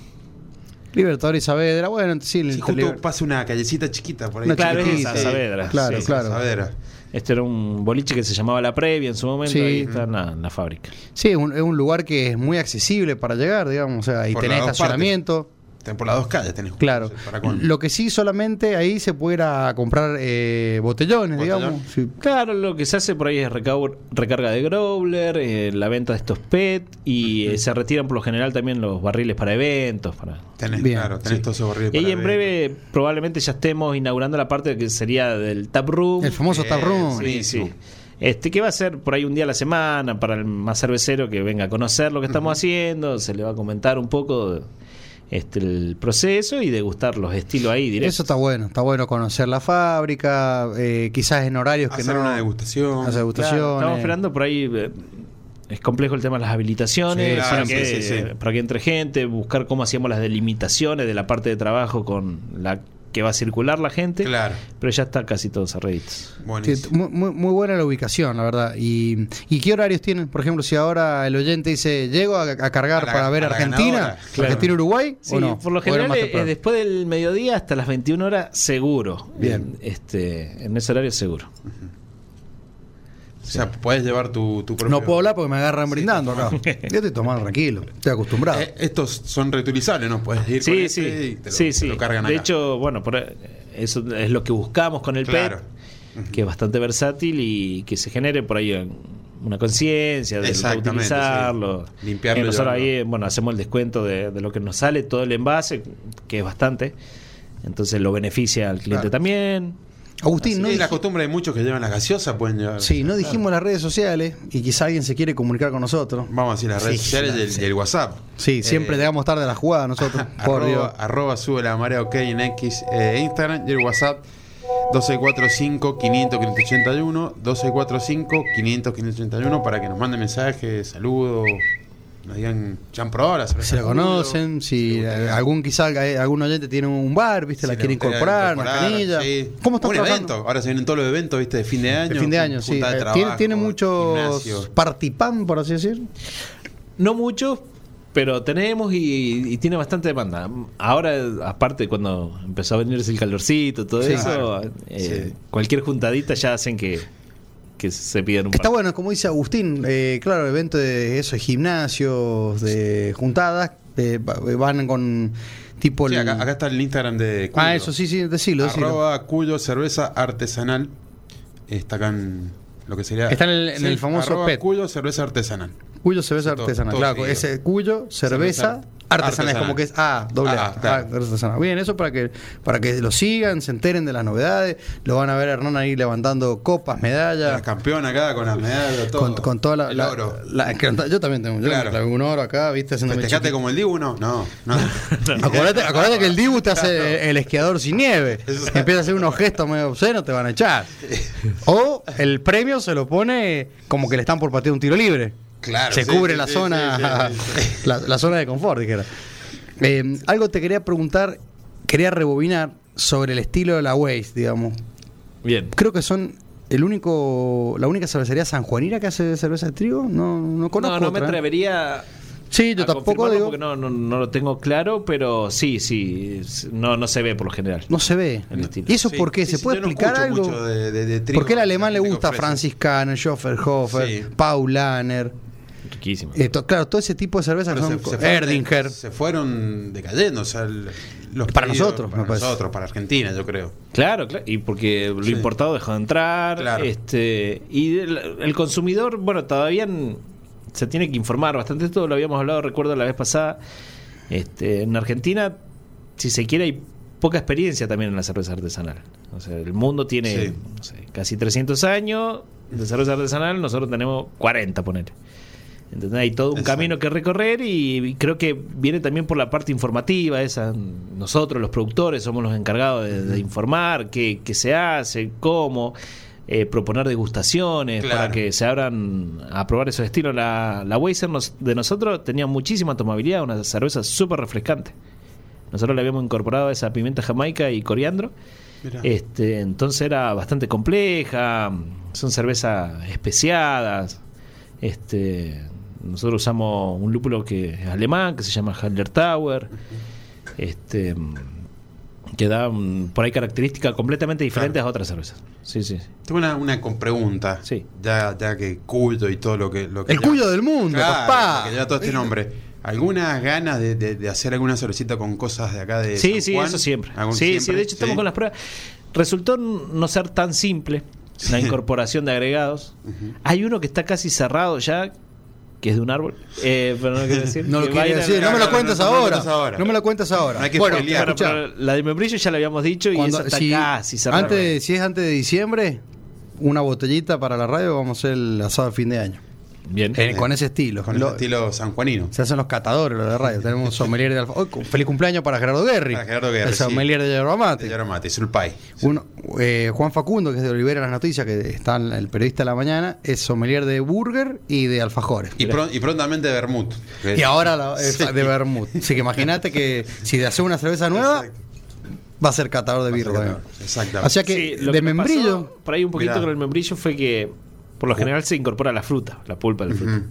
Speaker 2: Libertador y Saavedra. Bueno, sí,
Speaker 3: Sí,
Speaker 2: el-
Speaker 3: justo
Speaker 2: Liber-
Speaker 3: pasa una callecita chiquita por ahí.
Speaker 2: Una
Speaker 4: Claro, es
Speaker 2: chiquitita.
Speaker 4: esa, Saavedra.
Speaker 2: Claro,
Speaker 4: Sí,
Speaker 2: claro.
Speaker 3: Saavedra.
Speaker 4: Este era un boliche que se llamaba La Previa en su momento.
Speaker 2: Sí.
Speaker 4: Ahí está en la, en la fábrica.
Speaker 2: sí, es un, es un lugar que es muy accesible para llegar, digamos. O sea, y
Speaker 3: Por
Speaker 2: tenés
Speaker 3: las dos
Speaker 2: estacionamiento.
Speaker 3: Ten- Por las dos calles tenés.
Speaker 2: Claro.
Speaker 3: Para con-
Speaker 2: Lo que sí, solamente ahí se puede ir a comprar eh, botellones,
Speaker 3: Botellón.
Speaker 2: digamos. Sí.
Speaker 4: Claro, lo que se hace por ahí es recau- recarga de growler, eh, la venta de estos PET y eh, se retiran por lo general también los barriles para eventos. Para...
Speaker 3: Tenés,
Speaker 2: Bien,
Speaker 3: claro, tenés
Speaker 2: sí.
Speaker 3: todo ese barril
Speaker 4: Y ahí
Speaker 3: para
Speaker 4: en
Speaker 3: ver.
Speaker 4: breve probablemente ya estemos inaugurando la parte que sería del tap room.
Speaker 2: El famoso
Speaker 3: Eh,
Speaker 2: tap room.
Speaker 3: sí.
Speaker 4: Sí, sí.
Speaker 3: Buenísimo.
Speaker 4: Este, que va a ser por ahí un día a la semana para el más cervecero que venga a conocer lo que estamos haciendo, se le va a comentar un poco este, el proceso y degustar los estilos ahí
Speaker 2: Eso
Speaker 4: directo.
Speaker 2: está bueno. Está bueno conocer la fábrica, eh, quizás en horarios que
Speaker 3: Hacer
Speaker 2: no.
Speaker 3: una degustación.
Speaker 2: hacer
Speaker 4: Claro,
Speaker 2: degustaciones.
Speaker 4: estamos esperando por ahí eh, es complejo el tema de las habilitaciones,
Speaker 3: Sí, claro,
Speaker 4: para,
Speaker 3: sí,
Speaker 4: que,
Speaker 3: sí, sí.
Speaker 4: para que entre gente, buscar cómo hacíamos las delimitaciones de la parte de trabajo con la que va a circular la gente.
Speaker 3: Claro.
Speaker 4: Pero ya está casi todos arregladitos.
Speaker 2: Sí,
Speaker 3: Buenísimo.
Speaker 2: muy, muy- muy buena la ubicación, la verdad. Y, ¿y qué horarios tienen? Por ejemplo, si ahora el oyente dice, llego a, a cargar
Speaker 3: A la-
Speaker 2: para ver
Speaker 3: a la
Speaker 2: Argentina,
Speaker 3: ganadora. Claro.
Speaker 2: Argentina-Uruguay,
Speaker 4: Sí,
Speaker 2: ¿o no?
Speaker 4: por lo
Speaker 2: ¿O era
Speaker 4: general
Speaker 2: Master
Speaker 4: es
Speaker 2: Plan?
Speaker 4: después del mediodía hasta las 21 horas seguro.
Speaker 3: Bien.
Speaker 4: En- Este, en ese horario seguro.
Speaker 3: O sea, puedes llevar tu, tu propio.
Speaker 2: No puedo hablar porque me agarran brindando acá. Yo estoy tomando tranquilo, estoy acostumbrado.
Speaker 3: Eh, estos son reutilizables, ¿no? Puedes ir con
Speaker 4: Sí,
Speaker 3: este y
Speaker 4: sí,
Speaker 3: te lo,
Speaker 4: sí,
Speaker 3: te
Speaker 4: sí.
Speaker 3: lo cargan
Speaker 4: De
Speaker 3: acá.
Speaker 4: hecho, bueno, por, eso es lo que buscamos con el
Speaker 3: Claro.
Speaker 4: PET, que es bastante versátil y que se genere por ahí en- una conciencia de
Speaker 3: Exactamente,
Speaker 4: utilizarlo.
Speaker 3: sí. Limpiarlo
Speaker 4: Eh,
Speaker 3: y
Speaker 4: nosotros ahí,
Speaker 3: llevarlo.
Speaker 4: eh, bueno, hacemos el descuento de, de lo que nos sale, todo el envase, que es bastante. Entonces lo beneficia al cliente
Speaker 2: Claro.
Speaker 4: también.
Speaker 2: Agustín,
Speaker 3: Sí,
Speaker 2: no,
Speaker 3: la
Speaker 2: dij-
Speaker 3: costumbre de muchos que llevan la gaseosa pueden llevar.
Speaker 2: sí, no dijimos las redes sociales y quizá alguien se quiere comunicar con nosotros.
Speaker 3: Vamos a decir las redes
Speaker 2: Sí,
Speaker 3: sociales y, el,
Speaker 2: sí.
Speaker 3: y el WhatsApp.
Speaker 2: Sí, siempre
Speaker 3: Eh,
Speaker 2: llegamos tarde a la jugada nosotros. por
Speaker 3: arroba,
Speaker 2: Dios.
Speaker 3: arroba sube la marea ok en X eh, Instagram y el WhatsApp 1245 500 581 1245 500 581 para que nos manden mensajes, saludos, nos digan, ya han probado la cerveza
Speaker 2: Si la
Speaker 3: Julio?"
Speaker 2: conocen, si
Speaker 3: Sí,
Speaker 2: eh, algún quizá eh, algún oyente tiene un bar, viste,
Speaker 3: si
Speaker 2: la
Speaker 3: le
Speaker 2: quiere
Speaker 3: gustaría
Speaker 2: incorporar, una canilla.
Speaker 3: sí.
Speaker 2: ¿Cómo están
Speaker 3: Un
Speaker 2: trabajando?
Speaker 3: evento, ahora se vienen todos los eventos, viste, de fin de año.
Speaker 2: De fin de año,
Speaker 3: junta
Speaker 2: sí.
Speaker 3: de
Speaker 2: Eh, tiene,
Speaker 3: trabajo,
Speaker 2: tiene muchos
Speaker 3: gimnasio.
Speaker 2: party pan, por así decir.
Speaker 4: No muchos, pero tenemos y, y tiene bastante demanda. Ahora, aparte, cuando empezó a venirse el calorcito, todo
Speaker 2: Sí.
Speaker 4: eso,
Speaker 3: Claro.
Speaker 4: eh,
Speaker 3: Sí.
Speaker 4: cualquier juntadita ya hacen que, que se pidan un
Speaker 2: Está
Speaker 4: par.
Speaker 2: bueno, como dice Agustín, eh, claro, evento de eso, de gimnasios, de juntadas, eh, va- van con tipo...
Speaker 3: Sí,
Speaker 2: el-
Speaker 3: acá, acá está el Instagram de Cuyo.
Speaker 2: ah, eso sí, sí, decilo, decilo.
Speaker 3: Arroba Cuyo Cerveza Artesanal. Está acá en lo que sería.
Speaker 2: Está en el- en el famoso
Speaker 3: arroba
Speaker 2: PET.
Speaker 3: Cuyo Cerveza Artesanal.
Speaker 2: Cuyo cerveza
Speaker 3: Sí, todo-
Speaker 2: artesanal.
Speaker 3: todo
Speaker 2: claro,
Speaker 3: seguido.
Speaker 2: ese cuyo cerveza
Speaker 3: Cerveza
Speaker 2: artesanal. Es
Speaker 3: artesanal.
Speaker 2: como que es A, doble A.
Speaker 3: Ah, claro.
Speaker 2: ah, artesanal. Bien, eso para que, para que lo sigan, se enteren de las novedades. Lo van a ver a Hernán ahí levantando copas, medallas.
Speaker 3: La campeona acá con las medallas, todo.
Speaker 2: Con, con toda la.
Speaker 3: El
Speaker 2: la-
Speaker 3: oro.
Speaker 2: la- que- yo también tengo. Yo
Speaker 3: Claro.
Speaker 2: tengo un oro acá, viste, haciendo.
Speaker 3: ¿Festejaste como el Dibu? No, no. no.
Speaker 2: Acordate, acordate que el Dibu te hace el esquiador sin nieve.
Speaker 3: Eso-
Speaker 2: Empieza a hacer unos gestos medio obscenos, te van a echar. O el premio se lo pone como que le están por patear un tiro libre.
Speaker 3: Claro,
Speaker 2: Se
Speaker 3: sí,
Speaker 2: cubre
Speaker 3: sí,
Speaker 2: la
Speaker 3: sí,
Speaker 2: zona
Speaker 3: sí, sí, sí.
Speaker 2: La, la zona de confort, dijera. Eh, algo te quería preguntar, quería rebobinar sobre el estilo de la Waze, digamos.
Speaker 4: Bien.
Speaker 2: Creo que son el único la única cervecería sanjuanina que hace cerveza de trigo. No, no conozco.
Speaker 4: no, no me
Speaker 2: otra, ¿eh?
Speaker 4: atrevería.
Speaker 2: Sí, yo
Speaker 4: a
Speaker 2: tampoco
Speaker 4: confirmarlo
Speaker 2: digo.
Speaker 4: porque
Speaker 2: No,
Speaker 4: no, no, no lo tengo claro, pero sí, sí. es- No, no se ve por lo general.
Speaker 2: se ve.
Speaker 4: El estilo.
Speaker 2: ¿Y eso
Speaker 3: Sí,
Speaker 2: por qué?
Speaker 3: sí,
Speaker 2: ¿Se
Speaker 3: sí,
Speaker 2: puede
Speaker 3: yo no
Speaker 2: explicar
Speaker 3: escucho
Speaker 2: algo?
Speaker 3: mucho de- de- de trigo,
Speaker 2: ¿Por qué al alemán le
Speaker 3: de trigo
Speaker 2: gusta
Speaker 3: fresco.
Speaker 2: Francis Kahn, Schofferhofer,
Speaker 3: Sí.
Speaker 2: Paul Lanner?
Speaker 4: Riquísimo.
Speaker 2: eh, to- claro, todo ese tipo de cervezas que
Speaker 3: Pero
Speaker 2: son
Speaker 3: se- se fueron de-
Speaker 2: Erdinger.
Speaker 3: Se fueron decayendo, o sea, el- los
Speaker 2: Para
Speaker 3: pedidos-
Speaker 2: nosotros,
Speaker 3: para
Speaker 2: me parece.
Speaker 3: nosotros, para Argentina, yo creo.
Speaker 4: Claro, claro, y porque lo
Speaker 3: Sí.
Speaker 4: importado dejó de entrar,
Speaker 3: Claro.
Speaker 4: este, y el, el consumidor, bueno, todavía n- se tiene que informar bastante, esto lo habíamos hablado, recuerdo la vez pasada, este, en Argentina, si se quiere, hay poca experiencia también en la cerveza artesanal. O sea, el mundo tiene
Speaker 3: Sí.
Speaker 4: no sé, casi 300 años de cerveza artesanal, nosotros tenemos 40, poner. ¿Entendés? Hay todo un
Speaker 3: Exacto.
Speaker 4: camino que recorrer y y creo que viene también por la parte informativa, esa. Nosotros, los productores, somos los encargados de, de informar qué, qué se hace, cómo, eh, proponer degustaciones
Speaker 3: Claro.
Speaker 4: para que se abran a probar esos estilos. La, la Weiser nos- de nosotros tenía muchísima tomabilidad, una cerveza súper refrescante. Nosotros le habíamos incorporado esa pimienta jamaica y coriandro.
Speaker 3: Mirá.
Speaker 2: Eh,
Speaker 4: Este, entonces era bastante compleja, son cervezas especiadas. Este, nosotros usamos un lúpulo que es alemán, que se llama Halder Tower, este, que da mm, por ahí características completamente diferentes
Speaker 3: Claro.
Speaker 4: a otras cervezas. Sí, sí. sí.
Speaker 3: Tengo una, una con pregunta.
Speaker 4: Sí.
Speaker 3: Ya, ya que Cuyo y todo lo que. Lo que
Speaker 2: El cuyo del mundo,
Speaker 3: Claro,
Speaker 2: papá.
Speaker 3: Que lleva todo este nombre. ¿Algunas ganas de, de- de hacer alguna cervecita con cosas de acá de.
Speaker 4: Sí,
Speaker 3: San
Speaker 4: sí,
Speaker 3: Juan?
Speaker 4: eso siempre.
Speaker 3: ¿Algún-
Speaker 4: Sí, sí,
Speaker 3: siempre?
Speaker 4: de hecho estamos
Speaker 3: Sí.
Speaker 4: con las pruebas. Resultó n- no ser tan simple la incorporación de agregados. Hay uno que está casi cerrado ya, que es de un árbol, eh, pero no lo quiero decir.
Speaker 2: No lo
Speaker 4: que va a
Speaker 2: quería
Speaker 4: ir a-
Speaker 2: decir, no me
Speaker 3: no,
Speaker 2: lo
Speaker 3: no,
Speaker 2: cuentas
Speaker 3: no, no, no, no, no,
Speaker 2: ahora.
Speaker 3: ahora.
Speaker 2: No me lo cuentas ahora.
Speaker 3: No hay que
Speaker 2: bueno,
Speaker 3: spoilear.
Speaker 4: Bueno,
Speaker 2: escuchá,
Speaker 4: pero la de membrillo ya la habíamos dicho y
Speaker 2: cuando,
Speaker 4: esa está
Speaker 2: si-
Speaker 4: casi cerrada.
Speaker 2: antes, de- si es antes de diciembre, una botellita para la radio, vamos a hacer el asado de fin de año.
Speaker 4: Bien.
Speaker 2: Eh, con ese estilo.
Speaker 3: Con el
Speaker 2: Lo-
Speaker 3: estilo sanjuanino.
Speaker 2: Se hacen los catadores, los de radio. Tenemos un sommelier de alfa. Hoy, cu- feliz cumpleaños para Gerardo Guerri.
Speaker 3: Para Gerardo Guerri,
Speaker 2: El
Speaker 3: sí.
Speaker 2: sommelier de yerba mate.
Speaker 3: De Yaromate, Sulpay.
Speaker 2: Uno, eh, Juan Facundo, que es de Olivera Las Noticias, que está en el periodista de la mañana, es sommelier de burger y de alfajores.
Speaker 3: Y, pron- y prontamente Bermud.
Speaker 2: Y ahora la- es
Speaker 3: Sí.
Speaker 2: de vermut. Así que imagínate que si te hace una cerveza nueva,
Speaker 3: Exacto.
Speaker 2: va a ser catador de
Speaker 3: Va a ser
Speaker 2: birra.
Speaker 3: catador,
Speaker 2: también.
Speaker 3: exactamente.
Speaker 2: O sea que,
Speaker 4: Sí, lo
Speaker 2: de
Speaker 4: que me
Speaker 2: membrillo.
Speaker 4: pasó por ahí un poquito
Speaker 3: Mirá.
Speaker 4: con el membrillo fue que por lo general se incorpora la fruta, la pulpa de la fruta.
Speaker 3: Ujú.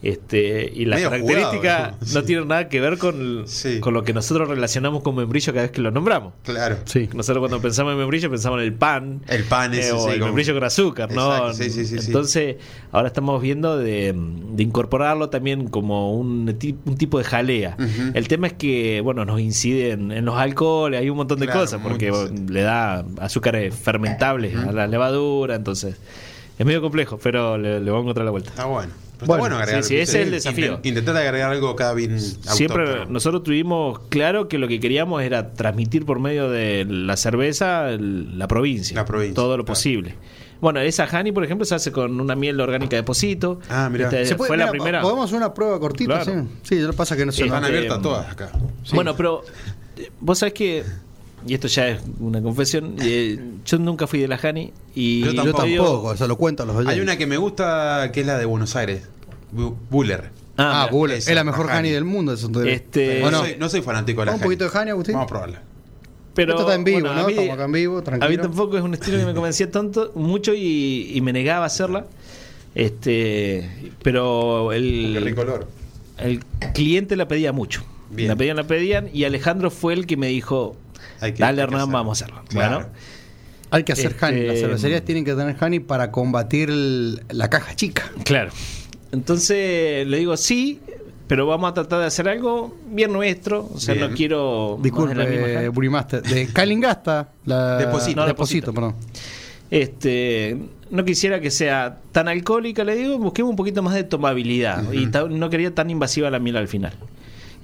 Speaker 4: Este, y la
Speaker 3: Medio
Speaker 4: característica
Speaker 3: jugado, ¿no?
Speaker 4: no
Speaker 3: Sí.
Speaker 4: tiene nada que ver con, el-
Speaker 3: Sí.
Speaker 4: con lo que nosotros relacionamos con membrillo cada vez que lo nombramos.
Speaker 3: Claro.
Speaker 2: Sí.
Speaker 4: Nosotros cuando pensamos en membrillo pensamos en el pan. Eh,
Speaker 3: El pan ese,
Speaker 4: o
Speaker 3: sí,
Speaker 4: el
Speaker 3: como-
Speaker 4: membrillo con azúcar, ¿no?
Speaker 3: Exacto, sí, sí, sí, sí.
Speaker 4: Entonces, ahora estamos viendo de, de incorporarlo también como un, ti- un tipo de jalea.
Speaker 3: Ujú.
Speaker 4: El tema es que, bueno, nos incide en, en los alcoholes, hay un montón de
Speaker 3: Claro,
Speaker 4: cosas, porque
Speaker 3: muchos.
Speaker 4: bueno, le da azúcares fermentables a la levadura, entonces... Es medio complejo, pero le, le voy a encontrar la vuelta.
Speaker 3: Está bueno. Pero
Speaker 2: Bueno,
Speaker 3: está bueno agregar.
Speaker 4: sí, sí, ese es el desafío.
Speaker 3: Intent- Intentar agregar algo cada bien.
Speaker 4: Siempre
Speaker 3: autóctono.
Speaker 4: nosotros tuvimos claro que lo que queríamos era transmitir por medio de la cerveza el- la provincia.
Speaker 3: La provincia,
Speaker 4: Todo lo
Speaker 3: claro.
Speaker 4: posible. Bueno, esa Hani, por ejemplo, se hace con una miel orgánica de Posito.
Speaker 3: Ah, mirá.
Speaker 4: Esta
Speaker 3: Se
Speaker 2: Se puede-
Speaker 4: eh, fue la
Speaker 2: mira,
Speaker 4: primera.
Speaker 2: Podemos hacer una prueba cortita,
Speaker 4: Claro.
Speaker 2: sí. Sí, yo lo que pasa es que no se
Speaker 4: Eh,
Speaker 3: Están
Speaker 4: este,
Speaker 3: abiertas todas acá.
Speaker 4: Bueno, pero eh, vos sabés que, y esto ya es una confesión, eh, yo nunca fui de la Hani y
Speaker 3: Yo
Speaker 2: Yo
Speaker 3: tampoco.
Speaker 2: tampoco, se lo cuento a los oyentes.
Speaker 3: Hay una que me gusta que es la de Buenos Aires. Bu- Buller.
Speaker 2: Ah,
Speaker 4: mirá.
Speaker 2: Buller.
Speaker 3: esa,
Speaker 2: Es la mejor
Speaker 3: Hani.
Speaker 2: Hani del mundo. eso te digo.
Speaker 4: Este,
Speaker 3: No,
Speaker 2: Bueno,
Speaker 3: soy, no soy fanático de la
Speaker 2: ¿Un poquito de Hani, Agustín?
Speaker 3: Vamos a probarla.
Speaker 4: Pero,
Speaker 2: Esto está en vivo,
Speaker 4: bueno, a
Speaker 2: ¿no?
Speaker 4: mí-
Speaker 2: Estamos acá en vivo, tranquilo.
Speaker 4: A mí tampoco es un estilo que me convencía tanto, mucho y, y me negaba a hacerla. Este, pero
Speaker 3: Qué
Speaker 4: el,
Speaker 3: rico olor.
Speaker 4: el cliente la pedía mucho.
Speaker 3: Bien.
Speaker 4: La pedían, la pedían y Alejandro fue el que me dijo,
Speaker 3: Hay que-
Speaker 4: dale
Speaker 3: hay que
Speaker 4: Hernán,
Speaker 3: hacer".
Speaker 4: vamos a hacerla.
Speaker 3: Claro.
Speaker 4: Bueno,
Speaker 2: Hay que hacer
Speaker 4: Este,
Speaker 2: Hani. Las cervecerías tienen que tener Hani para combatir el- la caja chica.
Speaker 4: Claro. Entonces le digo, sí, pero vamos a tratar de hacer algo bien nuestro. O sea,
Speaker 3: Bien.
Speaker 4: no quiero. más de la misma
Speaker 2: Disculpe,
Speaker 4: gente.
Speaker 2: Burimaster. De Calingasta. La,
Speaker 3: De Posito.
Speaker 2: no, de
Speaker 4: De
Speaker 2: Posito,
Speaker 4: Posito.
Speaker 2: perdón.
Speaker 4: Este, no quisiera que sea tan alcohólica, le digo, busquemos un poquito más de tomabilidad y ta- no quería tan invasiva la miel al final.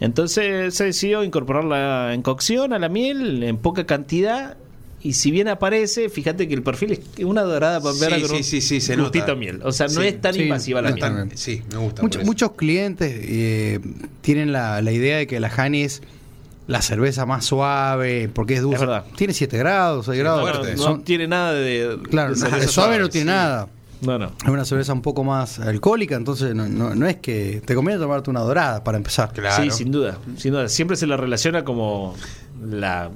Speaker 4: Entonces se decidió incorporarla en cocción a la miel en poca cantidad y si bien aparece, fíjate que el perfil es una dorada pampera
Speaker 3: Sí,
Speaker 4: con
Speaker 3: sí,
Speaker 4: un
Speaker 3: sí, sí, se
Speaker 4: gustito
Speaker 3: nota.
Speaker 4: a miel. O sea, no
Speaker 3: Sí,
Speaker 4: es tan
Speaker 2: sí,
Speaker 4: invasiva la
Speaker 2: no
Speaker 3: No
Speaker 2: es
Speaker 4: miel.
Speaker 2: tan-
Speaker 3: están- sí, me gusta.
Speaker 2: Mucho-
Speaker 3: por eso.
Speaker 2: muchos clientes eh, tienen la, la idea de que la Hani es la cerveza más suave porque es dulce.
Speaker 4: Es verdad.
Speaker 2: Tiene 7 grados, 6 grados. este,
Speaker 4: No, no,
Speaker 3: fuerte.
Speaker 4: no
Speaker 2: Son-
Speaker 4: tiene nada de...
Speaker 2: claro,
Speaker 4: de
Speaker 2: no,
Speaker 4: cerveza
Speaker 2: de suave no
Speaker 4: suave,
Speaker 2: tiene
Speaker 4: sí.
Speaker 2: nada.
Speaker 4: No, no.
Speaker 2: Es una cerveza un poco más alcohólica, entonces no, no- no es que te conviene tomarte una dorada para empezar.
Speaker 3: Claro.
Speaker 4: Sí, sin duda, sin duda. Siempre se la relaciona como la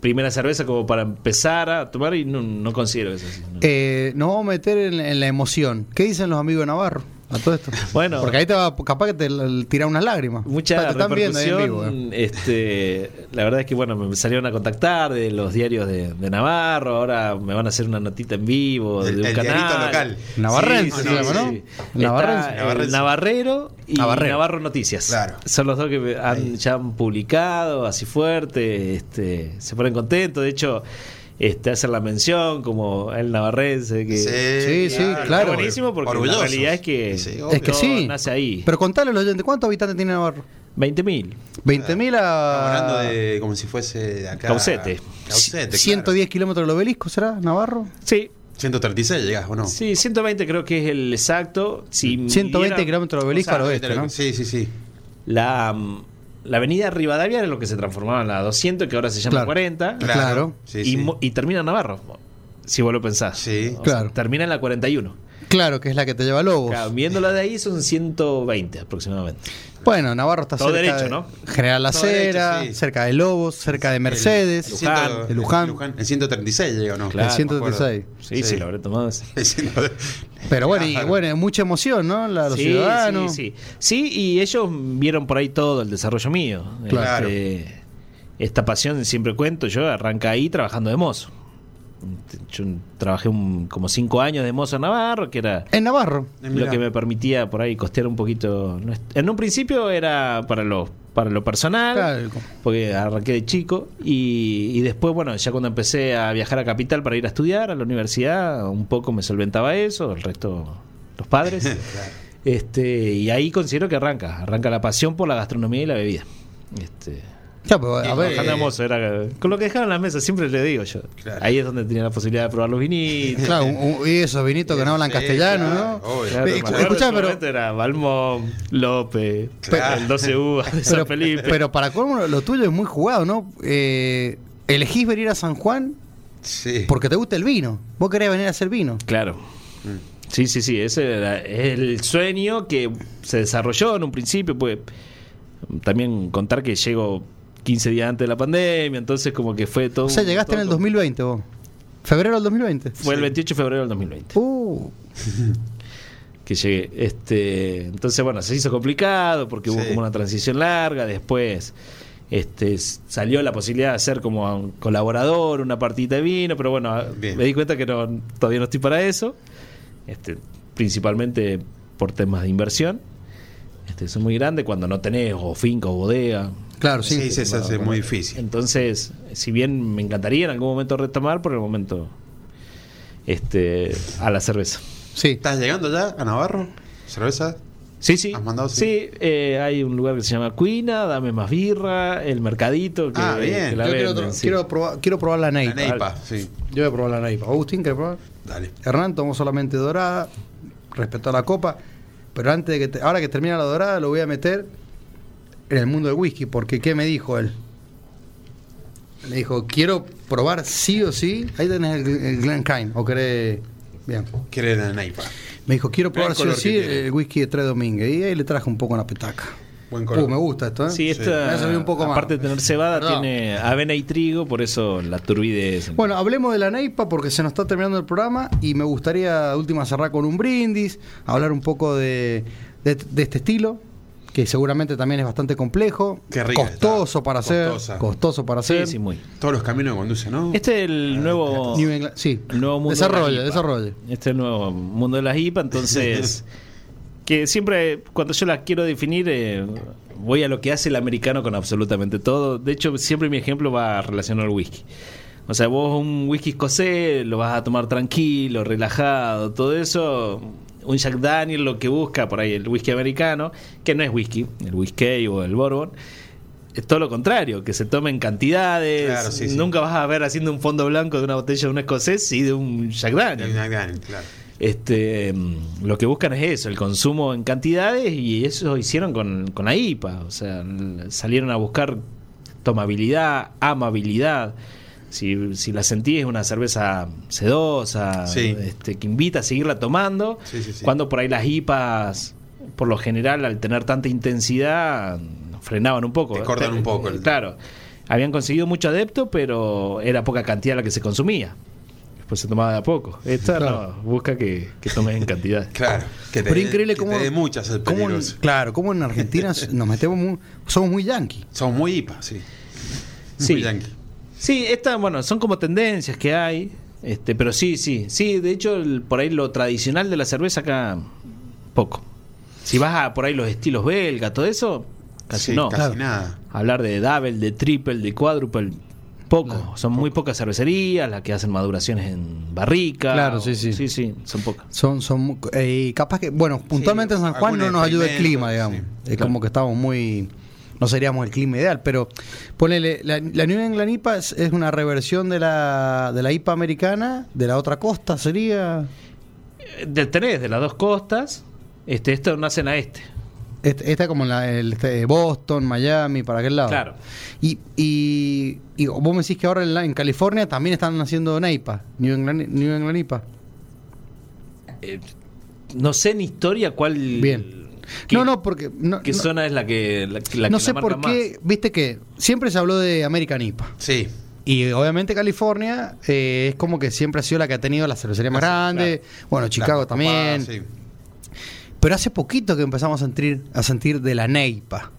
Speaker 4: primera cerveza como para empezar a tomar y no, no considero que sea así. no.
Speaker 2: Eh, nos vamos a meter en, en la emoción. ¿Qué dicen los amigos de Navarro a todo esto?
Speaker 4: Bueno.
Speaker 2: porque ahí te va, capaz que te l- tirar unas lágrimas.
Speaker 4: Mucha
Speaker 2: Ah, te están viendo ahí en vivo.
Speaker 4: repercusión,
Speaker 2: eh.
Speaker 4: este, la verdad es que bueno, me salieron a contactar de los diarios de, de Navarro, ahora me van a hacer una notita en vivo
Speaker 3: El-
Speaker 4: de un
Speaker 3: el diarito
Speaker 4: canal.
Speaker 3: local.
Speaker 2: Navarrense
Speaker 3: se llama,
Speaker 2: ¿no? Navarrense.
Speaker 4: Está
Speaker 3: Navarrense.
Speaker 4: el Navarrero y
Speaker 2: Navarrero.
Speaker 4: Navarro Noticias.
Speaker 3: Claro.
Speaker 4: Son los dos que me han-
Speaker 3: Ahí.
Speaker 4: ya han publicado así fuerte, este, se ponen contentos, de hecho, este, hacen la mención como el navarrense que
Speaker 2: Sí, sí,
Speaker 4: Está
Speaker 2: claro.
Speaker 4: buenísimo porque
Speaker 3: Orgullosos.
Speaker 4: la realidad es que,
Speaker 3: Sí,
Speaker 2: Es que
Speaker 4: todo
Speaker 2: sí.
Speaker 4: nace ahí.
Speaker 2: eh. Pero contale a los oyentes, ¿cuántos habitantes tiene Navarro?
Speaker 4: 20.000.
Speaker 2: 20.000
Speaker 3: Estamos hablando
Speaker 2: a.
Speaker 3: de como si fuese de acá.
Speaker 4: Caucete.
Speaker 3: Caucete. claro.
Speaker 2: 110 kilómetros del obelisco, ¿será? ¿Navarro?
Speaker 4: Sí,
Speaker 3: 136 llegás, ¿o no?
Speaker 4: sí, 120 creo que es el exacto. Si
Speaker 2: 120
Speaker 4: vieran-
Speaker 2: kilómetros del obelisco
Speaker 4: o sea,
Speaker 2: al oeste, este, ¿no?
Speaker 3: Sí, sí, sí.
Speaker 4: La, mm, la avenida Rivadavia era lo que se transformaba en la 200, que ahora se llama
Speaker 2: Claro.
Speaker 4: 40.
Speaker 2: Claro.
Speaker 3: Sí,
Speaker 4: y,
Speaker 3: sí.
Speaker 4: mo- y termina en Navarro, si vos lo pensás.
Speaker 3: Sí.
Speaker 4: O sea,
Speaker 2: Claro.
Speaker 4: termina en la 41.
Speaker 2: Claro, que es la que te lleva a Lobos.
Speaker 4: Claro, viéndola de ahí son 120 aproximadamente.
Speaker 2: Bueno, Navarro está
Speaker 4: Todo
Speaker 2: cerca
Speaker 4: derecho,
Speaker 2: de
Speaker 4: ¿no?
Speaker 2: General La
Speaker 3: Todo derecho,
Speaker 2: Cera,
Speaker 3: sí.
Speaker 2: cerca de Lobos, cerca de Mercedes,
Speaker 4: Luján.
Speaker 3: ciento-
Speaker 2: de Luján.
Speaker 3: El, el 136 llega, ¿o no?
Speaker 4: Claro,
Speaker 2: el 136.
Speaker 4: Sí, sí, lo habré tomado. ese.
Speaker 2: Pero bueno, y
Speaker 3: Claro.
Speaker 2: bueno, mucha emoción, ¿no? La- los
Speaker 4: Sí,
Speaker 2: ciudadanos.
Speaker 4: sí, sí. Sí, y ellos vieron por ahí todo el desarrollo mío.
Speaker 3: Claro.
Speaker 4: Este, esta pasión, siempre cuento, yo arranca ahí trabajando de mozo. Yo trabajé un- como cinco años de mozo en Navarro, que era
Speaker 2: En Navarro.
Speaker 3: Eh, mirá.
Speaker 4: lo que me permitía por ahí costear un poquito. En un principio era para lo, para lo personal,
Speaker 2: Claro.
Speaker 4: porque arranqué de chico. Y, y después, bueno, ya cuando empecé a viajar a Capital para ir a estudiar a la universidad, un poco me solventaba eso, el resto los padres. este Y ahí considero que arranca, arranca la pasión por la gastronomía y la bebida. Este,
Speaker 2: Ya, pero, a ver,
Speaker 4: Alejandra Mozo era- con lo que dejaron en la mesa, siempre le digo yo.
Speaker 3: Claro.
Speaker 4: Ahí es donde tenía la posibilidad de probar los vinitos.
Speaker 2: claro, un- un- y esos vinitos que no hablan
Speaker 3: Sí,
Speaker 2: castellano,
Speaker 3: claro,
Speaker 2: ¿no?
Speaker 3: obvio.
Speaker 4: Claro,
Speaker 2: Eh,
Speaker 4: me acuerdo,
Speaker 2: escuchá,
Speaker 4: en su
Speaker 2: pero-
Speaker 4: momento Era Balmón, López,
Speaker 3: Claro.
Speaker 4: el 12 U de San
Speaker 2: Pero,
Speaker 4: Felipe.
Speaker 2: pero para colmo, lo tuyo es muy jugado, ¿no? Eh, elegís venir a San Juan
Speaker 3: Sí.
Speaker 2: porque te gusta el vino. Vos querés venir a hacer vino.
Speaker 4: Claro. Sí, sí, sí, ese era el sueño que se desarrolló en un principio, pues también contar que llego 15 días antes de la pandemia, entonces como que fue todo...
Speaker 2: O sea,
Speaker 4: un-
Speaker 2: llegaste en
Speaker 4: todo
Speaker 2: el
Speaker 4: como-
Speaker 2: 2020 vos. Febrero del 2020.
Speaker 4: Fue el 28 de febrero del 2020
Speaker 2: Uh,
Speaker 4: que llegué. Este, entonces, bueno, se hizo complicado porque hubo
Speaker 3: Sí.
Speaker 4: como una transición larga, después este, s- salió la posibilidad de hacer como un colaborador, una partita de vino, pero bueno,
Speaker 3: Bien.
Speaker 4: me di cuenta que no, todavía no estoy para eso, este, principalmente por temas de inversión. Este, son muy grandes cuando no tenés o finca o bodega.
Speaker 2: claro, sí.
Speaker 3: Sí, se hace muy difícil.
Speaker 4: Entonces, si bien me encantaría en algún momento retomar, por el momento este, a la cerveza.
Speaker 2: Sí.
Speaker 3: ¿Estás llegando ya a Navarro? ¿Cerveza?
Speaker 4: Sí, sí.
Speaker 3: ¿Has mandado, sí?
Speaker 4: sí, eh, hay un lugar que se llama Cuina, Dame Más Birra, El Mercadito. Que,
Speaker 3: Ah, bien.
Speaker 4: que la
Speaker 3: Yo
Speaker 2: quiero,
Speaker 4: venden,
Speaker 2: otro-
Speaker 4: sí.
Speaker 2: quiero probar, quiero probar la
Speaker 3: La
Speaker 2: neipa.
Speaker 3: Neipa, sí.
Speaker 2: Yo voy a probar la neipa. Agustín, ¿querés probar?
Speaker 3: Dale.
Speaker 2: Hernán tomó solamente dorada, respetó la copa, pero antes de que te- ahora que termina la dorada lo voy a meter en el mundo del whisky, porque ¿qué me dijo él? Me dijo, quiero probar sí o sí. Ahí tenés el, el Glencairn, o querés... Bien.
Speaker 3: Quiere la Neipa.
Speaker 2: Me dijo, quiero
Speaker 3: Mirá
Speaker 2: probar
Speaker 3: el
Speaker 2: sí o
Speaker 3: color que
Speaker 2: sí
Speaker 3: tiene.
Speaker 2: el whisky de Tres Domínguez. Y ahí le traje un poco una petaca.
Speaker 3: Buen color.
Speaker 2: Uh, me gusta esto, ¿eh?
Speaker 4: Sí,
Speaker 3: Sí.
Speaker 2: Me ha
Speaker 4: esta,
Speaker 2: servido un poco más.
Speaker 4: aparte de tener cebada,
Speaker 2: Perdón.
Speaker 4: tiene avena y trigo, por eso la turbidez.
Speaker 2: Bueno, hablemos de la Neipa porque se nos está terminando el programa y me gustaría de última cerrar con un brindis, hablar un poco de, de- de este estilo que seguramente también es bastante complejo,
Speaker 3: Qué rica
Speaker 2: costoso
Speaker 3: está.
Speaker 2: para hacer,
Speaker 3: Costosa.
Speaker 2: costoso para
Speaker 4: sí,
Speaker 2: hacer.
Speaker 4: sí, muy.
Speaker 3: Todos los caminos que conducen, ¿no?
Speaker 4: Este es el nuevo,
Speaker 2: New England- sí.
Speaker 4: el nuevo mundo.
Speaker 2: Desarrolle,
Speaker 4: de las IPA.
Speaker 2: desarrolle.
Speaker 4: Este es el nuevo mundo de las IPA, entonces. que siempre, cuando yo las quiero definir, eh, voy a lo que hace el americano con absolutamente todo. De hecho, siempre mi ejemplo va relacionado al whisky. O sea, vos un whisky escocés lo vas a tomar tranquilo, relajado, todo eso. Un Jack Daniel lo que busca por ahí el whisky americano, que no es whisky, el whisky o el bourbon, es todo lo contrario, que se tome en cantidades.
Speaker 3: Claro, sí, sí.
Speaker 4: Nunca vas a ver haciendo un fondo blanco de una botella de un escocés y de un Jack Daniel.
Speaker 3: Claro.
Speaker 4: Este, mm, lo que buscan es eso, el consumo en cantidades y eso hicieron con, con la IPA. O sea, l- salieron a buscar tomabilidad, amabilidad. Si, si la sentís es una cerveza sedosa,
Speaker 3: Sí.
Speaker 4: este, que invita a seguirla tomando,
Speaker 3: Sí, sí, sí.
Speaker 4: cuando por ahí las IPAs, por lo general, al tener tanta intensidad, frenaban un poco. ¿eh?
Speaker 3: Te cortan un poco el-
Speaker 4: Claro. Habían conseguido mucho adepto, pero era poca cantidad la que se consumía. Después Pues se tomaba de a poco. Esta no, busca que, que tomes en cantidad.
Speaker 3: Claro. Que te
Speaker 2: Pero
Speaker 3: dé-
Speaker 2: increíble
Speaker 3: que
Speaker 2: cómo,
Speaker 3: te dé muchas el
Speaker 2: cómo en-
Speaker 3: peligroso.
Speaker 2: claro, cómo en Argentina nos metemos muy- somos muy yanquis.
Speaker 3: Son muy IPA, sí.
Speaker 4: Sí.
Speaker 3: Muy yankee.
Speaker 4: Sí, esta, bueno, son como tendencias que hay. Este, pero sí, sí, sí. De hecho, el- por ahí lo tradicional de la cerveza acá, poco. Si vas a por ahí los estilos belga, todo eso, casi
Speaker 3: Sí,
Speaker 4: no.
Speaker 3: Casi
Speaker 2: Claro.
Speaker 3: nada.
Speaker 4: Hablar de double, de triple, de quadruple, poco. son muy pocas cervecerías las que hacen maduraciones en barrica.
Speaker 2: Claro,
Speaker 4: o-
Speaker 2: sí, sí.
Speaker 4: Sí, sí, son pocas.
Speaker 2: Son, son mu- eh, y capaz que, bueno, puntualmente en San Juan
Speaker 3: algún
Speaker 2: no nos ayuda el
Speaker 3: experimento,
Speaker 2: clima, digamos.
Speaker 3: sí.
Speaker 2: es como que estamos muy. No seríamos el clima ideal, pero ponele, la, la New England IPA es, es una reversión de la, de la IPA americana, de la otra costa sería.
Speaker 4: Eh, De tenés de las dos costas, este, estos nacen a este.
Speaker 2: Este- Esta como la, el, este, Boston, Miami, para aquel lado.
Speaker 4: Claro.
Speaker 2: Y, y, y vos me decís que ahora en, la- en California también están haciendo una IPA, New England, New England IPA.
Speaker 4: eh, No sé en historia cuál.
Speaker 2: Bien.
Speaker 4: qué-
Speaker 2: no, no, porque. No,
Speaker 4: ¿Qué
Speaker 2: no-
Speaker 4: zona es la que la, que- la
Speaker 2: no
Speaker 4: que la
Speaker 2: sé
Speaker 4: marca
Speaker 2: por qué, viste que siempre se habló de American IPA.
Speaker 3: Sí.
Speaker 2: Y obviamente California eh, es como que siempre ha sido la que ha tenido la cervecería más grande. Bueno, Chicago
Speaker 3: La-
Speaker 2: también.
Speaker 3: Sí.
Speaker 2: Pero hace poquito que empezamos a sentir, a sentir de la NEIPA,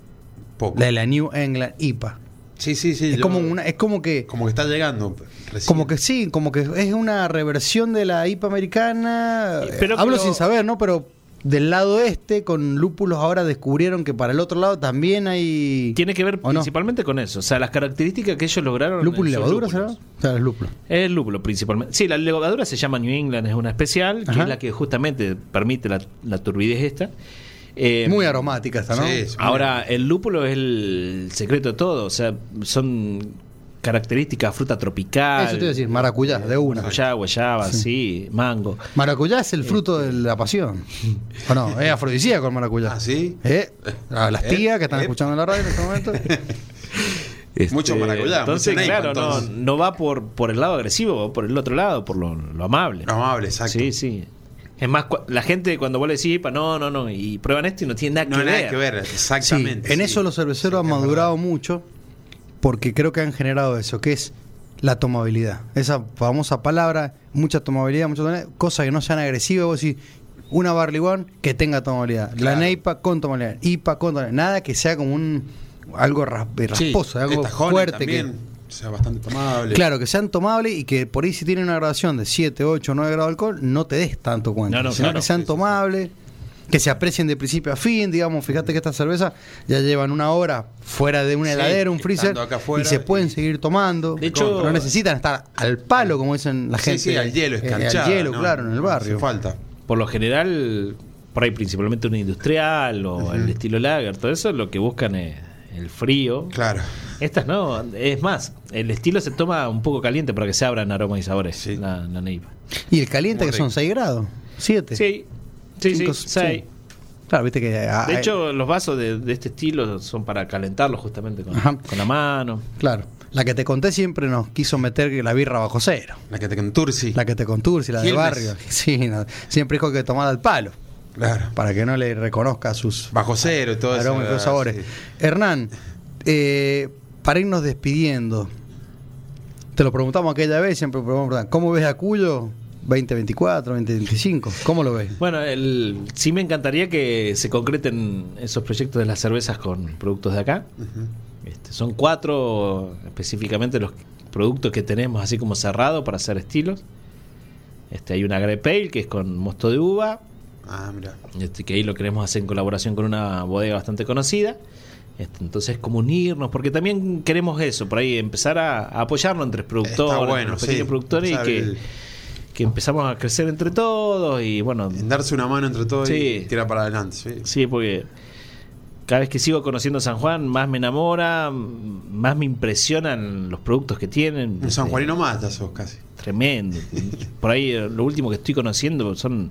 Speaker 3: Poco.
Speaker 2: la de la New England IPA.
Speaker 3: Sí, sí, sí.
Speaker 2: Es
Speaker 3: yo-
Speaker 2: como una, es como que,
Speaker 3: Como que está llegando. recién.
Speaker 2: como que sí, como que es una reversión de la IPA americana.
Speaker 4: Y espero que
Speaker 2: Hablo
Speaker 4: lo-
Speaker 2: sin saber, ¿no? Pero del lado este, con lúpulos ahora descubrieron que para el otro lado también hay.
Speaker 4: Tiene que ver
Speaker 2: ¿O no?
Speaker 4: principalmente con eso. O sea, las características que ellos lograron.
Speaker 2: lúpulo y
Speaker 4: en sus
Speaker 2: levadura, ¿será?
Speaker 4: lúpulos.
Speaker 2: O sea, el lúpulo.
Speaker 4: Es el lúpulo principalmente. Sí, la levadura se llama New England, es una especial, que
Speaker 2: Ajá.
Speaker 4: es la que justamente permite la, la turbidez esta. Eh,
Speaker 2: Muy aromática esta, ¿no?
Speaker 3: Sí, sí.
Speaker 4: Ahora, el lúpulo es el secreto de todo. O sea, son características, fruta tropical.
Speaker 2: Eso te iba a decir, maracuyá, de una.
Speaker 4: Guayaba, guayaba, sí, mango.
Speaker 2: Maracuyá es el
Speaker 3: Este.
Speaker 2: fruto de la pasión. ¿O no? Es afrodisíaco el maracuyá.
Speaker 3: ¿Ah, sí?
Speaker 2: ¿Eh? A las
Speaker 3: Eh,
Speaker 2: tías que están
Speaker 3: eh.
Speaker 2: escuchando en la radio en este momento.
Speaker 3: Mucho maracuyá,
Speaker 4: Este,
Speaker 3: mucho
Speaker 4: Entonces,
Speaker 3: neipa,
Speaker 4: claro,
Speaker 3: entonces.
Speaker 4: No, no va por, por el lado agresivo, va por el otro lado, por lo, lo amable.
Speaker 3: Amable, exacto.
Speaker 4: Sí, sí. Es más, cua- la gente cuando vos le decís, "Ipa", no, no, no, y prueban esto y no tiene nada,
Speaker 3: No
Speaker 4: que,
Speaker 3: hay nada
Speaker 4: ver.
Speaker 3: que ver,
Speaker 2: Sí,
Speaker 3: exactamente.
Speaker 2: en
Speaker 3: sí.
Speaker 2: eso los cerveceros
Speaker 3: Sí,
Speaker 2: han
Speaker 3: es
Speaker 2: madurado mucho porque creo que han generado eso, que es la tomabilidad. Esa famosa palabra, mucha tomabilidad, mucha tomabilidad, cosas que no sean agresivas. Vos decís, una barley one que tenga tomabilidad,
Speaker 3: Claro.
Speaker 2: la neipa con tomabilidad, IPA con tomabilidad, nada que sea como un algo ras-
Speaker 3: Sí,
Speaker 2: rasposo, algo
Speaker 3: esta Honey
Speaker 2: fuerte.
Speaker 3: también,
Speaker 2: Que,
Speaker 3: o sea, bastante tomable.
Speaker 2: claro, que sean tomables y que por ahí si tienen una graduación de 7, 8, 9 grados de alcohol, no te des tanto cuenta.
Speaker 4: No, no,
Speaker 2: sino
Speaker 4: claro.
Speaker 2: que sean
Speaker 3: Sí, sí, sí.
Speaker 2: tomables, que se aprecien de principio a fin, digamos, fíjate que estas cervezas ya llevan una hora fuera de una
Speaker 3: Sí,
Speaker 2: heladera, un
Speaker 3: estando
Speaker 2: freezer,
Speaker 3: acá afuera
Speaker 2: y se pueden
Speaker 3: y-
Speaker 2: seguir tomando.
Speaker 4: De hecho-
Speaker 2: no necesitan estar al palo, como dicen la
Speaker 3: Sí,
Speaker 2: gente.
Speaker 3: sí, al hielo,
Speaker 2: eh,
Speaker 3: escarchada.
Speaker 2: Al hielo,
Speaker 3: ¿no?
Speaker 2: claro, en el barrio.
Speaker 3: Hace falta.
Speaker 4: Por lo general, por ahí principalmente un industrial o el estilo lager, todo eso, lo que buscan es el frío.
Speaker 3: Claro.
Speaker 4: Estas no, es más, el estilo se toma un poco caliente para que se abran aromas y sabores.
Speaker 3: Sí.
Speaker 4: La, la neipa.
Speaker 2: Y el caliente,
Speaker 3: Muy
Speaker 2: que son
Speaker 3: rico.
Speaker 2: 6 grados, 7.
Speaker 4: Sí, sí,
Speaker 2: Cinco,
Speaker 4: sí, seis.
Speaker 2: sí. Claro, viste que. ah,
Speaker 4: De
Speaker 2: eh,
Speaker 4: hecho, los vasos de, de este estilo son para calentarlos justamente con,
Speaker 2: Ajá.
Speaker 4: con la mano.
Speaker 2: Claro, la que te conté siempre nos quiso meter la birra bajo cero.
Speaker 3: La que te conturci.
Speaker 2: La que te conturce, la de
Speaker 3: Quilmes.
Speaker 2: barrio. Sí, no, siempre dijo que tomara al palo,
Speaker 3: Claro.
Speaker 2: para que no le reconozca sus
Speaker 3: Bajo cero y todo eso.
Speaker 2: aromas y
Speaker 3: ¿verdad?
Speaker 2: los sabores.
Speaker 3: Sí.
Speaker 2: Hernán, eh, para irnos despidiendo, te lo preguntamos aquella vez, siempre preguntamos, ¿cómo ves a Cuyo 2024, 2025? ¿Cómo lo ves?
Speaker 4: Bueno, el, sí me encantaría que se concreten esos proyectos de las cervezas con productos de acá.
Speaker 3: Ujú.
Speaker 4: Este, son cuatro específicamente los productos que tenemos así como cerrado para hacer estilos. Este, hay una Grey Pale que es con mosto de uva,
Speaker 3: Ah, mira.
Speaker 4: este, que ahí lo queremos hacer en colaboración con una bodega bastante conocida. Este, entonces, como unirnos, porque también queremos eso, por ahí empezar a, a apoyarnos entre productores,
Speaker 3: Está
Speaker 4: entre
Speaker 3: bueno,
Speaker 4: los
Speaker 3: sí.
Speaker 4: pequeños productores,
Speaker 3: O sea,
Speaker 4: y que,
Speaker 3: el-
Speaker 4: que empezamos a crecer entre todos. Y bueno,
Speaker 3: en darse una mano entre todos
Speaker 4: Sí.
Speaker 3: y tirar para adelante. Sí.
Speaker 4: Sí, porque cada vez que sigo conociendo San Juan, más me enamora, m- más me impresionan los productos que tienen.
Speaker 3: Un
Speaker 4: Este,
Speaker 3: sanjuanino más ya sos casi.
Speaker 4: Tremendo. Por ahí eh, lo último que estoy conociendo son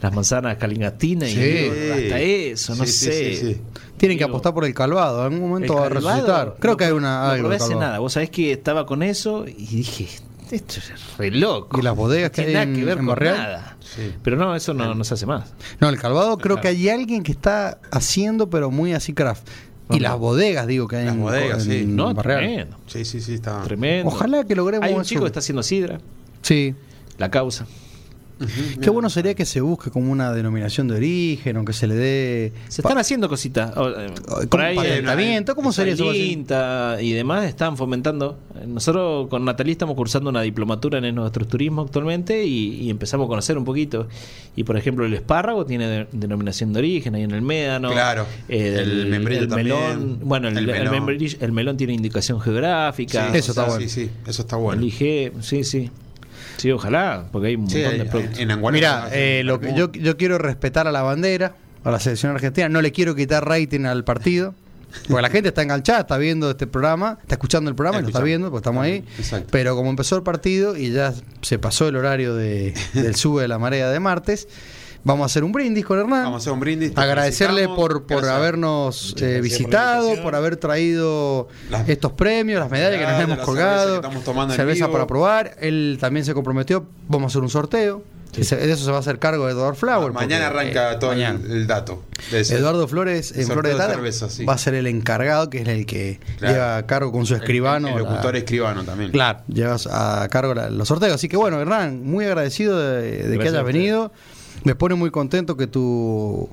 Speaker 4: las manzanas calingatinas y
Speaker 2: Sí.
Speaker 4: digo, hasta eso, no
Speaker 3: Sí, sí, sí,
Speaker 4: sé.
Speaker 3: sí.
Speaker 2: Tienen que
Speaker 4: Digo,
Speaker 2: apostar por el calvado, en algún momento
Speaker 4: el
Speaker 2: va a
Speaker 4: calvado,
Speaker 2: resucitar. Creo
Speaker 4: no
Speaker 2: que hay
Speaker 4: pro-
Speaker 2: una...
Speaker 4: No
Speaker 2: algo de
Speaker 4: probé hace
Speaker 2: calvado.
Speaker 4: nada. Vos sabés que estaba con eso y dije, esto es re loco.
Speaker 2: Y las bodegas
Speaker 4: No
Speaker 2: que
Speaker 4: tiene
Speaker 2: hay
Speaker 4: nada
Speaker 2: en-
Speaker 4: que ver
Speaker 2: en
Speaker 4: con
Speaker 2: Barreal.
Speaker 4: nada.
Speaker 3: Sí.
Speaker 4: Pero no, eso no, no se hace más.
Speaker 2: No, el Calvado creo que hay alguien que está haciendo, pero muy así craft. Y
Speaker 4: Ajá.
Speaker 2: las bodegas, digo, que hay
Speaker 3: Las
Speaker 2: en,
Speaker 3: bodegas,
Speaker 2: en
Speaker 3: sí.
Speaker 4: No,
Speaker 2: Barreal.
Speaker 4: tremendo.
Speaker 3: Sí, sí, sí, está.
Speaker 4: Tremendo.
Speaker 2: Ojalá que logremos
Speaker 4: Hay un
Speaker 2: eso.
Speaker 4: chico que está haciendo sidra,
Speaker 2: Sí.
Speaker 4: la causa.
Speaker 3: Ujú,
Speaker 2: Qué
Speaker 3: mira.
Speaker 2: bueno sería que se busque como una denominación de origen, o que se le dé...
Speaker 4: Se
Speaker 2: pa-
Speaker 4: están haciendo cositas. O, eh,
Speaker 2: Como
Speaker 4: Por ahí, eh,
Speaker 2: patentamiento, ¿cómo sería eso?
Speaker 4: Linta y demás están fomentando. Eh, Nosotros con Natalie estamos cursando una diplomatura en nuestro turismo actualmente y, y empezamos a conocer un poquito. Y por ejemplo, el espárrago tiene de- denominación de origen ahí en el Médano.
Speaker 3: Claro.
Speaker 4: Eh,
Speaker 3: El
Speaker 4: el,
Speaker 3: membrillo
Speaker 4: el
Speaker 3: también.
Speaker 4: melón. Bueno, el,
Speaker 3: El
Speaker 4: el
Speaker 3: melón.
Speaker 4: membrillo- el melón tiene indicación
Speaker 3: Sí,
Speaker 4: geográfica.
Speaker 2: Eso
Speaker 3: o sea,
Speaker 2: está bueno.
Speaker 3: Sí, sí, eso está bueno.
Speaker 4: El IG, sí, sí. Sí, ojalá, porque hay un
Speaker 3: Sí,
Speaker 4: montón
Speaker 3: hay-
Speaker 4: de productos.
Speaker 3: en, en Anguano
Speaker 2: Mira,
Speaker 3: hacen
Speaker 2: eh, lo que- yo, yo quiero respetar a la bandera, a la selección argentina, no le quiero quitar rating al partido. Porque la gente está enganchada, está viendo este programa, está escuchando el programa, y lo está
Speaker 3: Escuchando.
Speaker 2: viendo, porque estamos ahí.
Speaker 3: Exacto.
Speaker 2: Pero como empezó el partido y ya se pasó el horario de- del sube de la marea de martes, vamos a hacer un brindis con Hernán.
Speaker 3: Vamos a hacer un brindis. te
Speaker 2: Agradecerle
Speaker 3: felicitamos.
Speaker 2: por, por
Speaker 3: Gracias.
Speaker 2: habernos eh,
Speaker 5: gracias por la
Speaker 2: visitado, por,
Speaker 5: invitación.
Speaker 2: haber traído
Speaker 3: Las-
Speaker 2: estos premios, las medallas que nos
Speaker 3: medallas,
Speaker 2: hemos
Speaker 3: las
Speaker 2: colgado,
Speaker 3: cervezas que estamos tomando en
Speaker 2: cerveza
Speaker 3: vivo.
Speaker 2: para probar. Él también se comprometió, vamos a hacer un sorteo. que se- de eso se va a hacer cargo Eduardo Flower.
Speaker 3: Mañana
Speaker 2: Ah, porque,
Speaker 3: arranca
Speaker 2: eh,
Speaker 3: todo el-
Speaker 2: mañana.
Speaker 3: el, dato. de ese.
Speaker 2: Eduardo Flores en
Speaker 3: Sorteo
Speaker 2: Flores de
Speaker 3: de
Speaker 2: Tala
Speaker 3: cerveza, sí.
Speaker 2: va a ser el encargado, que es el que
Speaker 3: Claro.
Speaker 2: lleva a cargo con su escribano.
Speaker 3: El, el locutor
Speaker 2: la-
Speaker 3: escribano también.
Speaker 2: Claro, llevas a cargo la- los sorteos. Así que bueno, Hernán, muy agradecido de, de que
Speaker 4: Gracias a
Speaker 2: hayas
Speaker 4: ustedes.
Speaker 2: venido. Me pone muy contento que tu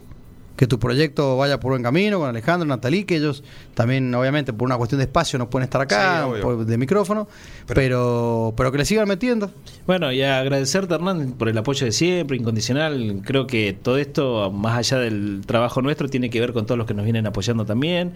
Speaker 2: que tu proyecto vaya por buen camino con Alejandro, Natalí, que ellos también, obviamente, por una cuestión de espacio no pueden estar acá,
Speaker 3: Sí, obvio.
Speaker 2: por- de micrófono, pero, pero que le sigan metiendo.
Speaker 4: Bueno, y agradecerte, Hernán, por el apoyo de siempre, incondicional. Creo que todo esto, más allá del trabajo nuestro, tiene que ver con todos los que nos vienen apoyando también.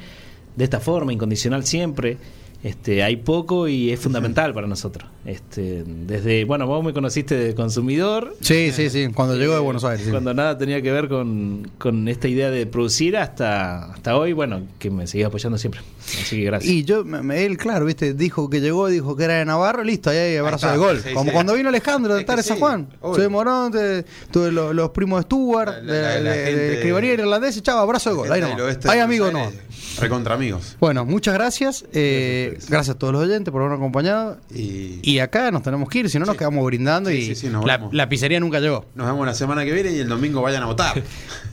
Speaker 4: De esta forma, incondicional siempre. Este, hay poco y es fundamental para nosotros. Este, desde, bueno, vos me conociste de consumidor,
Speaker 2: Sí, sí, sí. Cuando llegó de Buenos Aires. sí.
Speaker 4: cuando nada tenía que ver con, con esta idea de producir hasta, hasta hoy, bueno, que me seguís apoyando siempre. Así que gracias.
Speaker 2: Y yo, me- me- él, claro, viste, dijo que llegó, dijo que era de Navarro, listo, ahí hay abrazo
Speaker 3: está,
Speaker 2: de gol.
Speaker 3: sí,
Speaker 2: Como
Speaker 3: sí.
Speaker 2: cuando vino Alejandro de
Speaker 3: Es que
Speaker 2: Tares San
Speaker 3: sí,
Speaker 2: Juan.
Speaker 3: obvio.
Speaker 2: Soy Morón, te- tuve lo- los primos de Stewart,
Speaker 3: La- la- la-
Speaker 2: de,
Speaker 3: la
Speaker 2: de- de
Speaker 3: gente-
Speaker 2: Escribanía irlandesa, chavo, abrazo de gol. Ahí
Speaker 3: Gente del
Speaker 2: nomás.
Speaker 3: oeste de
Speaker 2: Hay
Speaker 3: Buenos
Speaker 2: amigos no.
Speaker 3: Aires. Recontra amigos.
Speaker 2: Bueno, muchas gracias. eh, gracias, a todos los oyentes por habernos acompañado.
Speaker 3: Y,
Speaker 2: Y acá nos tenemos que ir, si no nos quedamos brindando
Speaker 3: Sí,
Speaker 2: y
Speaker 3: sí, sí, nos
Speaker 2: la,
Speaker 3: vamos.
Speaker 2: la pizzería nunca llegó.
Speaker 3: nos vemos la semana que viene y el domingo vayan a votar.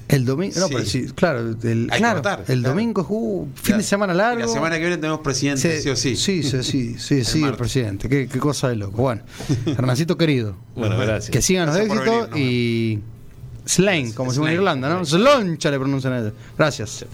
Speaker 2: El domingo, no,
Speaker 3: Sí.
Speaker 2: pero sí, claro, el,
Speaker 3: que
Speaker 2: claro,
Speaker 3: votar,
Speaker 2: el
Speaker 3: claro.
Speaker 2: domingo, uh, fin de semana
Speaker 3: Y
Speaker 2: largo.
Speaker 3: la semana que viene tenemos presidente, sí, o sí.
Speaker 2: Sí, sí, sí, sí, sí, el
Speaker 3: martes.
Speaker 2: presidente. Qué, qué cosa de loco. Bueno, Hernancito querido,
Speaker 4: bueno, gracias.
Speaker 2: que sigan los
Speaker 3: Gracias por
Speaker 2: éxitos
Speaker 3: venir,
Speaker 2: y. Slane, como se llama en
Speaker 3: Slane.
Speaker 2: Irlanda, ¿no? Sloncha le pronuncian a ellos. Gracias.